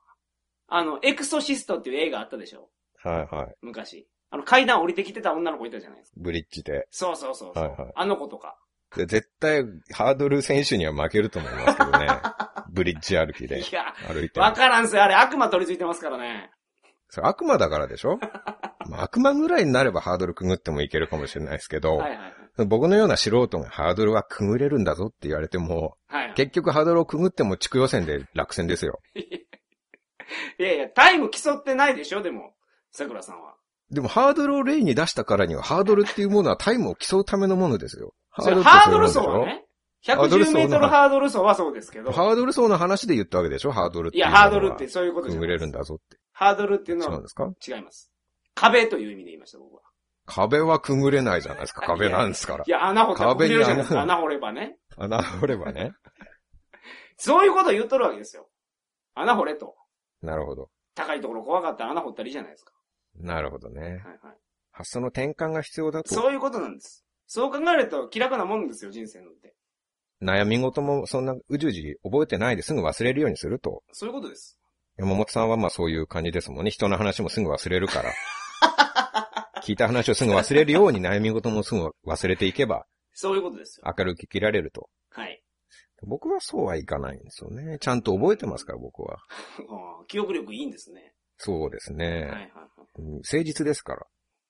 [SPEAKER 1] あの、エクソシストっていう映画あったでしょ
[SPEAKER 2] はいはい。
[SPEAKER 1] 昔。あの、階段降りてきてた女の子いたじゃないですか。
[SPEAKER 2] ブリッジで。
[SPEAKER 1] そうそうそうそう、
[SPEAKER 2] はいはい
[SPEAKER 1] あの子とか。
[SPEAKER 2] で絶対、ハードル選手には負けると思いますけど
[SPEAKER 1] <laughs>
[SPEAKER 2] ね。ブリッジ歩き
[SPEAKER 1] い
[SPEAKER 2] で
[SPEAKER 1] や、
[SPEAKER 2] 歩いても
[SPEAKER 1] わからんっすよ。あれ、悪魔取り付いてますからね。
[SPEAKER 2] それ悪魔だからで
[SPEAKER 1] <laughs>
[SPEAKER 2] しょまあ悪魔ぐらいになればハードルくぐってもいけるかもしれないですけど、
[SPEAKER 1] はいはいはい。
[SPEAKER 2] 僕のような素人がハードルはくぐれるんだぞって言われても、
[SPEAKER 1] はいはい。
[SPEAKER 2] 結局ハードルをくぐっても地区予選で落選ですよ。
[SPEAKER 1] いやいや、タイム競ってないでしょ、でも。桜さんは。
[SPEAKER 2] でもハードルを例に出したからには、ハードルっていうものはタイムを競うためのものですよ。ハ
[SPEAKER 1] それ
[SPEAKER 2] って
[SPEAKER 1] ハー
[SPEAKER 2] そうい
[SPEAKER 1] ド
[SPEAKER 2] うもん
[SPEAKER 1] ル
[SPEAKER 2] でしょ
[SPEAKER 1] 走はね。
[SPEAKER 2] ハード
[SPEAKER 1] 110
[SPEAKER 2] ル走
[SPEAKER 1] メートル
[SPEAKER 2] の
[SPEAKER 1] ハードル走はそうですけど。
[SPEAKER 2] ハードル層の話で言ったわけでしょハードルって
[SPEAKER 1] い
[SPEAKER 2] いう
[SPEAKER 1] や、
[SPEAKER 2] ものは
[SPEAKER 1] ハードルってそういうことじ
[SPEAKER 2] く
[SPEAKER 1] ゃ
[SPEAKER 2] ぐ
[SPEAKER 1] ない
[SPEAKER 2] れ
[SPEAKER 1] です
[SPEAKER 2] るんだぞって。
[SPEAKER 1] ハードルっていうの
[SPEAKER 2] そうなん
[SPEAKER 1] は
[SPEAKER 2] ですか
[SPEAKER 1] 違います。壁という意味で言いました、僕は。
[SPEAKER 2] 壁はくぐれないじゃないですか。壁なんですから
[SPEAKER 1] い。や、穴掘ったら
[SPEAKER 2] 壁
[SPEAKER 1] 壁
[SPEAKER 2] に
[SPEAKER 1] れるじゃないですか、
[SPEAKER 2] 穴
[SPEAKER 1] 穴掘ればね。
[SPEAKER 2] 穴掘ればね。
[SPEAKER 1] そういうことを言っとるわけですよ。穴掘れと。
[SPEAKER 2] なるほど。
[SPEAKER 1] 高いところ怖かったら穴掘ったらいいじゃないですか。
[SPEAKER 2] なるほどね。
[SPEAKER 1] はいはい。
[SPEAKER 2] 発想の転換が必要だと
[SPEAKER 1] そういうことなんです。そう考えると気楽なもんですよ、人生なんて。
[SPEAKER 2] 悩み事もそんなうじうじ覚えてないですぐ忘れるようにすると。
[SPEAKER 1] そういうことです。
[SPEAKER 2] 山本さんはまあそういう感じですもんね。人の話もすぐ忘れる
[SPEAKER 1] <laughs>
[SPEAKER 2] から。聞いた話をすぐ忘れるように悩み事もすぐ忘れていけば
[SPEAKER 1] そういうことですよ。
[SPEAKER 2] 明るく生きられると。
[SPEAKER 1] はい。 <laughs>
[SPEAKER 2] 僕はそうはいかないんですよね。ちゃんと覚えてますから僕は。
[SPEAKER 1] あー記憶力いいんですね。
[SPEAKER 2] そうです
[SPEAKER 1] は
[SPEAKER 2] ね
[SPEAKER 1] いはい。はい。
[SPEAKER 2] うん誠実ですから。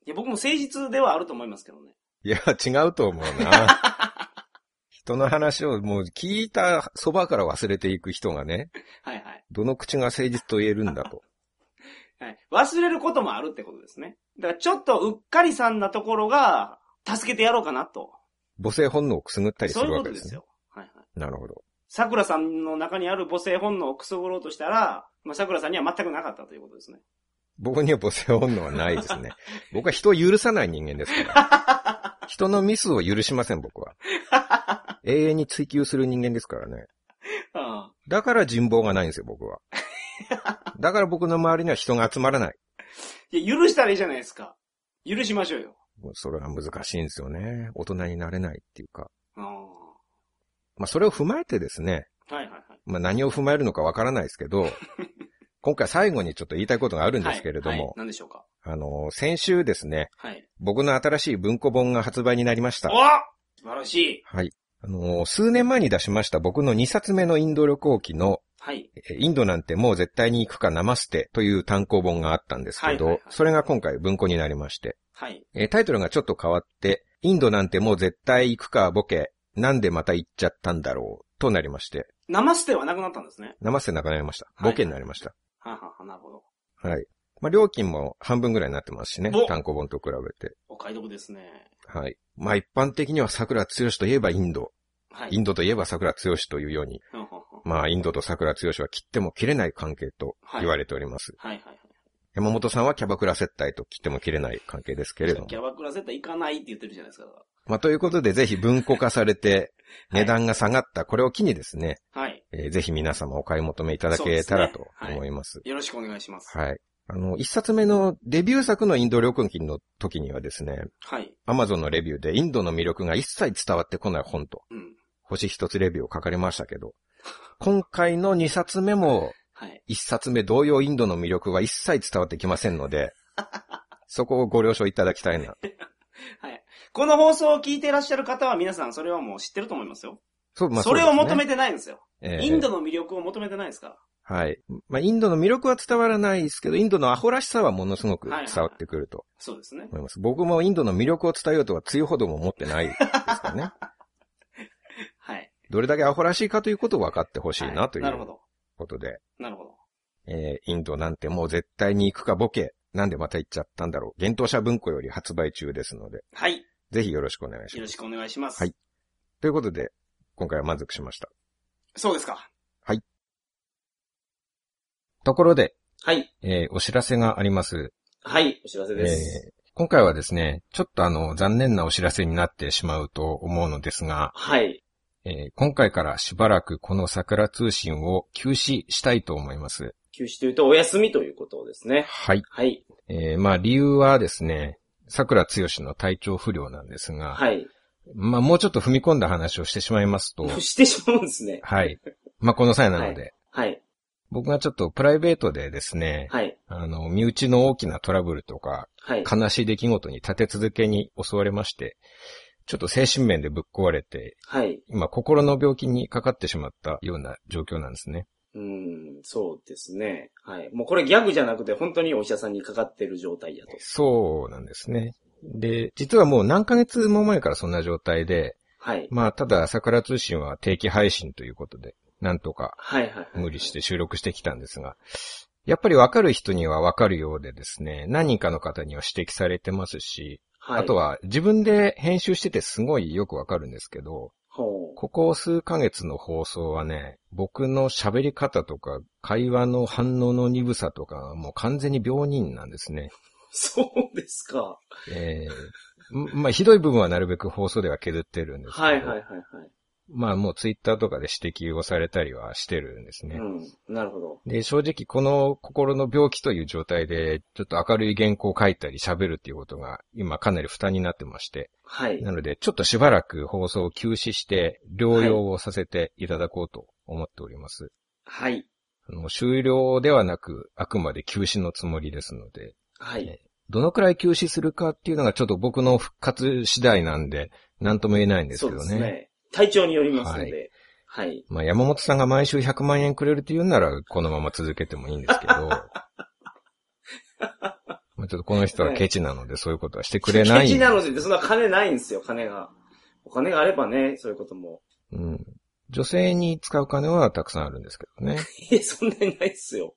[SPEAKER 1] いや、僕も誠実ではあると思いますけどね。
[SPEAKER 2] いや、違うと思うな。
[SPEAKER 1] <laughs>
[SPEAKER 2] 人の話をもう聞いたそばから忘れていく人がね、
[SPEAKER 1] はいはい。
[SPEAKER 2] どの口が誠実と言えるんだと。
[SPEAKER 1] はい。忘れることもあるってことですね。だからちょっとうっかりさんなところが、助けてやろうかなと。
[SPEAKER 2] 母性本能をくすぐったりす
[SPEAKER 1] そうい
[SPEAKER 2] る
[SPEAKER 1] う
[SPEAKER 2] わ
[SPEAKER 1] こ
[SPEAKER 2] け
[SPEAKER 1] と
[SPEAKER 2] で
[SPEAKER 1] です
[SPEAKER 2] ね
[SPEAKER 1] す。よ。はいはい。
[SPEAKER 2] なるほど。
[SPEAKER 1] 桜さんの中にある母性本能をくすぐろうとしたら、まあ、桜さんには全くなかったということですね。
[SPEAKER 2] 僕には母性本能はないです
[SPEAKER 1] <laughs>
[SPEAKER 2] ね。僕は人を許さない人間ですから。人のミスを許しません、僕
[SPEAKER 1] <laughs>
[SPEAKER 2] は。永遠に追求する人間ですからね。
[SPEAKER 1] あ
[SPEAKER 2] だから人望がないんですよ、僕は。だから僕の周りには人が集まらない。
[SPEAKER 1] あ。いや、許したらいいじゃないですか。許しましょうよ。
[SPEAKER 2] もうそれが難しいんですよね。大人になれないっていうか。
[SPEAKER 1] ああ。
[SPEAKER 2] まあそれを踏まえてですね、
[SPEAKER 1] はいはいはい。
[SPEAKER 2] まあ何を踏まえるのかわからないですけど、今回最後にちょっと言いたいことがあるんですけれども、
[SPEAKER 1] はいはい何でしょうか。
[SPEAKER 2] あの、先週ですね、
[SPEAKER 1] はい。
[SPEAKER 2] 僕の新しい文庫本が発売になりまし
[SPEAKER 1] お
[SPEAKER 2] た。
[SPEAKER 1] 素晴らしい。
[SPEAKER 2] はい。あのー、数年前に出しました僕の2冊目のインド旅行記の、
[SPEAKER 1] はい。
[SPEAKER 2] えインドなんてもう絶対に行くか生捨てという単行本があったんですけど、
[SPEAKER 1] はいはいはい
[SPEAKER 2] それが今回文庫になりまして、
[SPEAKER 1] はい。
[SPEAKER 2] えータイトルがちょっと変わって、インドなんてもう絶対行くかボケ、なんでまた行っちゃったんだろうとなりまして、
[SPEAKER 1] 生捨てはなくなったんですね。
[SPEAKER 2] 生捨てなくなりました。
[SPEAKER 1] はい
[SPEAKER 2] ボケになりました。
[SPEAKER 1] はあはあはあ、なるほど。
[SPEAKER 2] はい。まあ、料金も半分ぐらいになってますしね
[SPEAKER 1] お。
[SPEAKER 2] 単行本と比べて。
[SPEAKER 1] お買い得ですね。
[SPEAKER 2] はい。まあ、一般的には桜強しといえばインド。
[SPEAKER 1] は
[SPEAKER 2] イ
[SPEAKER 1] い。
[SPEAKER 2] ンドといえば桜強しというように、
[SPEAKER 1] はあはあはあ
[SPEAKER 2] まあ、インドと桜強しは切っても切れない関係と言われております。
[SPEAKER 1] はいはいはい。
[SPEAKER 2] 山本さんはキャバクラ接待と切っても切れない関係ですけれども
[SPEAKER 1] キ。ャバクラ絶対行かないって言ってるじゃないですか。だか
[SPEAKER 2] まあ、ということで、ぜひ文庫化されて、値段が下がった、これを機にですね、
[SPEAKER 1] らはい。
[SPEAKER 2] えーぜひ皆様お買い求めいただけたらと思います。
[SPEAKER 1] よろしくお願いします。
[SPEAKER 2] はい。あの、一冊目のデビュー作のインド旅行記の時にはですね、
[SPEAKER 1] はい。
[SPEAKER 2] アマゾンのレビューでインドの魅力が一切伝わってこない本と、
[SPEAKER 1] うん。
[SPEAKER 2] 星一つレビューを書かれました
[SPEAKER 1] <laughs>
[SPEAKER 2] けど、今回の二冊目も、
[SPEAKER 1] はい。
[SPEAKER 2] 一冊目同様インドの魅力は一切伝わってきません
[SPEAKER 1] <laughs>
[SPEAKER 2] ので、そこをご了承いただきたいな。
[SPEAKER 1] はい。この放送を聞いていらっしゃる方は皆さんそれはもう知ってると思いますよ。
[SPEAKER 2] そう、まあ
[SPEAKER 1] それを求
[SPEAKER 2] そうで
[SPEAKER 1] めてないんですよ。
[SPEAKER 2] すねええ
[SPEAKER 1] インドの魅力を求めてないですか
[SPEAKER 2] はい。まあ、インドの魅力は伝わらないですけど、インドのアホらしさはものすごく伝わってくると
[SPEAKER 1] そうですね。
[SPEAKER 2] 思います。僕もインドの魅力を伝えようとは強いほども思ってないですか
[SPEAKER 1] <laughs>
[SPEAKER 2] らね。
[SPEAKER 1] はい。
[SPEAKER 2] どれだけアホらしいかということを分かってほしいなという
[SPEAKER 1] はなるほど。
[SPEAKER 2] ことで、
[SPEAKER 1] なるほど。
[SPEAKER 2] えーインドなんてもう絶対に行くかボケ。なんでまた行っちゃったんだろう。幻冬者文庫より発売中ですので、
[SPEAKER 1] はい。
[SPEAKER 2] ぜひよろしくお願いし
[SPEAKER 1] よ
[SPEAKER 2] ま
[SPEAKER 1] ろ
[SPEAKER 2] す。
[SPEAKER 1] しくお願いします。
[SPEAKER 2] はいということで、今回は満足しました。
[SPEAKER 1] そうですか。
[SPEAKER 2] ところで、
[SPEAKER 1] はい。
[SPEAKER 2] えーお知らせがあります。
[SPEAKER 1] はい。お知らせ
[SPEAKER 2] え
[SPEAKER 1] です。
[SPEAKER 2] ー今回はですね、ちょっとあの、残念なお知らせになってしまうと思うのですが、
[SPEAKER 1] はい。
[SPEAKER 2] えー今回からしばらくこの桜通信を休止したいと思います。
[SPEAKER 1] 休止というとお休みということですね。
[SPEAKER 2] はい。
[SPEAKER 1] はい。
[SPEAKER 2] えーまあ理由はですね、桜つよしの体調不良なんですが、
[SPEAKER 1] はい。
[SPEAKER 2] まあもうちょっと踏み込んだ話をしてしまいますと、
[SPEAKER 1] してしまうんですね。
[SPEAKER 2] はい。まあこの際なので、
[SPEAKER 1] はい。
[SPEAKER 2] 僕がちょっとプライベートでですね、
[SPEAKER 1] はい。
[SPEAKER 2] あの、身内の大きなトラブルとか、
[SPEAKER 1] はい。
[SPEAKER 2] 悲しい出来事に立て続けに襲われまして、ちょっと精神面でぶっ壊れて、
[SPEAKER 1] はい。
[SPEAKER 2] 今心の病気にかかってしまったような状況なんですね。
[SPEAKER 1] うん、そうですね。はい。もうこれギャグじゃなくて本当にお医者さんにかかってる状態やと。
[SPEAKER 2] そうなんですね。で、実はもう何ヶ月も前からそんな状態で、
[SPEAKER 1] はい。
[SPEAKER 2] まあただ桜通信は定期配信ということで、なんとか
[SPEAKER 1] はいはいはい。
[SPEAKER 2] 無理して収録してきたんですが、やっぱりわかる人にはわかるようでですね、何人かの方には指摘されてますし、
[SPEAKER 1] はい。
[SPEAKER 2] あと。は自分で編集しててすごいよくわかるんですけど、
[SPEAKER 1] ほう。
[SPEAKER 2] ここ数ヶ月の放送はね、僕の喋り方とか、会話の反応の鈍さとか、もう完全に病人なんですね。
[SPEAKER 1] そうですか。
[SPEAKER 2] えーんまあ、ひどい部分はなるべく放送では削ってるんですけど、
[SPEAKER 1] はいはいはいは
[SPEAKER 2] まあもうツイッターとかで指摘をされたりはしてるんです
[SPEAKER 1] い。
[SPEAKER 2] ね。
[SPEAKER 1] うん。なるほど。
[SPEAKER 2] で、正直この心の病気という状態で、ちょっと明るい原稿を書いたり喋るっていうことが今かなり負担になってまして、
[SPEAKER 1] はい。
[SPEAKER 2] なのでちょっとしばらく放送を休止して療養をさせていただこうと思っております。
[SPEAKER 1] はい。
[SPEAKER 2] あの終了ではなく、あくまで休止のつもりですので、
[SPEAKER 1] はい。
[SPEAKER 2] どのくらい休止するかっていうのがちょっと僕の復活次第なんで、なんとも言えないんです
[SPEAKER 1] そ
[SPEAKER 2] け
[SPEAKER 1] うで
[SPEAKER 2] ど
[SPEAKER 1] す
[SPEAKER 2] ね。
[SPEAKER 1] ね。体調によりますので。はい。
[SPEAKER 2] まあ山本さんが毎週100万円くれるって言うなら、このまま続けてもいいんです
[SPEAKER 1] <laughs>
[SPEAKER 2] けど、まあちょっとこの人はケチなので、そういうことはしてくれない。
[SPEAKER 1] ケチなので、そんな金ないんですよ、金が。お金があればね、そういうことも。
[SPEAKER 2] うん。女性に使う金はたくさんあるんですけどね。
[SPEAKER 1] いや、そんなにないっすよ。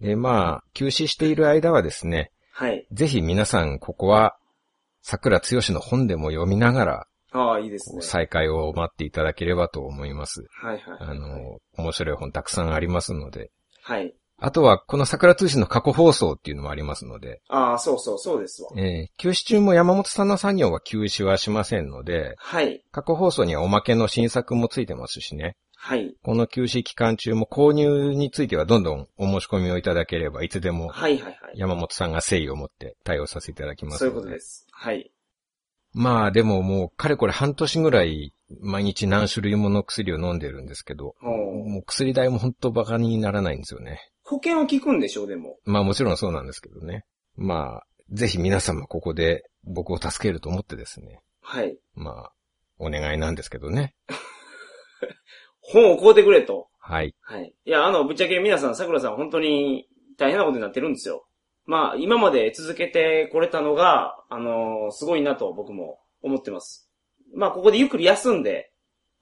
[SPEAKER 2] で、まあ、休止している間はですね、
[SPEAKER 1] はい。
[SPEAKER 2] ぜひ皆さん、ここは、桜剛の本でも読みながら、
[SPEAKER 1] ああ、いいです
[SPEAKER 2] こ
[SPEAKER 1] ね
[SPEAKER 2] う。再開を待っていただければと思います。
[SPEAKER 1] はいはい。
[SPEAKER 2] あの、面白い本たくさんありますので。
[SPEAKER 1] はい。
[SPEAKER 2] あとは、この桜通信の過去放送っていうのもありますので、
[SPEAKER 1] ああ、そうそう、そうですわ。
[SPEAKER 2] えー休止中も山本さんの作業は休止はしませんので、
[SPEAKER 1] はい。
[SPEAKER 2] 過去放送にはおまけの新作もついてますしね。
[SPEAKER 1] はい。
[SPEAKER 2] この休止期間中も購入についてはどんどんお申し込みをいただければ、いつでも
[SPEAKER 1] はいはいはい。
[SPEAKER 2] 山本さんが誠意を持って対応させていただきます
[SPEAKER 1] そう
[SPEAKER 2] の
[SPEAKER 1] いうことです。はい。
[SPEAKER 2] まあでももう、かれこれ半年ぐらい、毎日何種類もの薬を飲んでるんですけど、
[SPEAKER 1] ほう
[SPEAKER 2] もう薬代も本当バカにならないんですよね。
[SPEAKER 1] 保険を聞くんでしょう、でも。
[SPEAKER 2] まあもちろんそうなんですけどね。まあ、ぜひ皆様ここで僕を助けると思ってですね。
[SPEAKER 1] はい。
[SPEAKER 2] まあ、お願いなんですけどね。
[SPEAKER 1] 本を買うてくれと。
[SPEAKER 2] はい。
[SPEAKER 1] はい。いや、あの、ぶっちゃけ皆さん、桜さん、本当に大変なことになってるんですよ。まあ、今まで続けてこれたのが、あのーすごいなと僕も思ってます。まあ、ここでゆっくり休んで、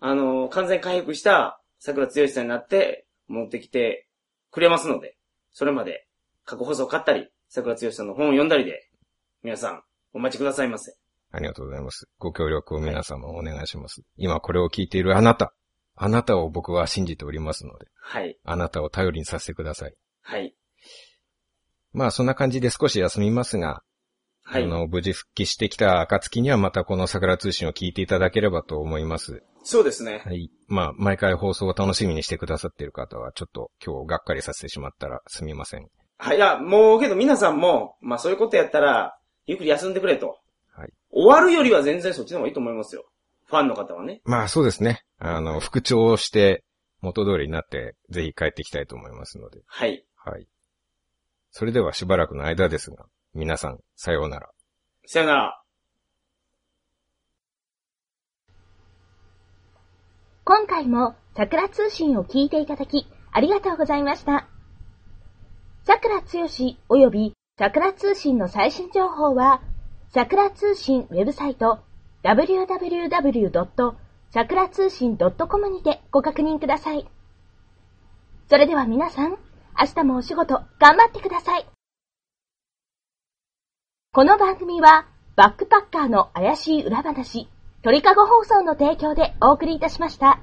[SPEAKER 1] あのー完全回復した桜強さんになって持ってきてくれますので、それまで過去放送買ったり、桜強さんの本を読んだりで、皆さん、お待ちくださいませ。
[SPEAKER 2] ありがとうございます。ご協力を皆様お願いします。今これを聞いているあなた。あなたを僕は信じておりますので、
[SPEAKER 1] はい。
[SPEAKER 2] あなたを頼りにさせてください。
[SPEAKER 1] はい。
[SPEAKER 2] まあそんな感じで少し休みますが、
[SPEAKER 1] はい。
[SPEAKER 2] あの、無事復帰してきた暁にはまたこの桜通信を聞いていただければと思います。
[SPEAKER 1] そうですね。
[SPEAKER 2] はい。まあ、毎回放送を楽しみにしてくださっている方は、ちょっと今日がっかりさせてしまったらすみません。
[SPEAKER 1] はい、いや、もうけど皆さんも、まあそういうことやったら、ゆっくり休んでくれと。
[SPEAKER 2] はい。
[SPEAKER 1] 終わるよりは全然そっちの方がいいと思いますよ。ファンの方はね。
[SPEAKER 2] まあ、そうですね。あの、復調をして、元通りになって、ぜひ帰ってきたいと思いますので。
[SPEAKER 1] はい。
[SPEAKER 2] はい。それではしばらくの間ですが、皆さん、さようなら。
[SPEAKER 1] さよなら。
[SPEAKER 3] 今回も桜通信を聞いていただき、ありがとうございました。桜つよし及び桜通信の最新情報は、桜通信ウェブサイト www. 桜通信 .com にてご確認ください。それでは皆さん、明日もお仕事頑張ってください。この番組は、バックパッカーの怪しい裏話、鳥かご放送の提供でお送りいたしました。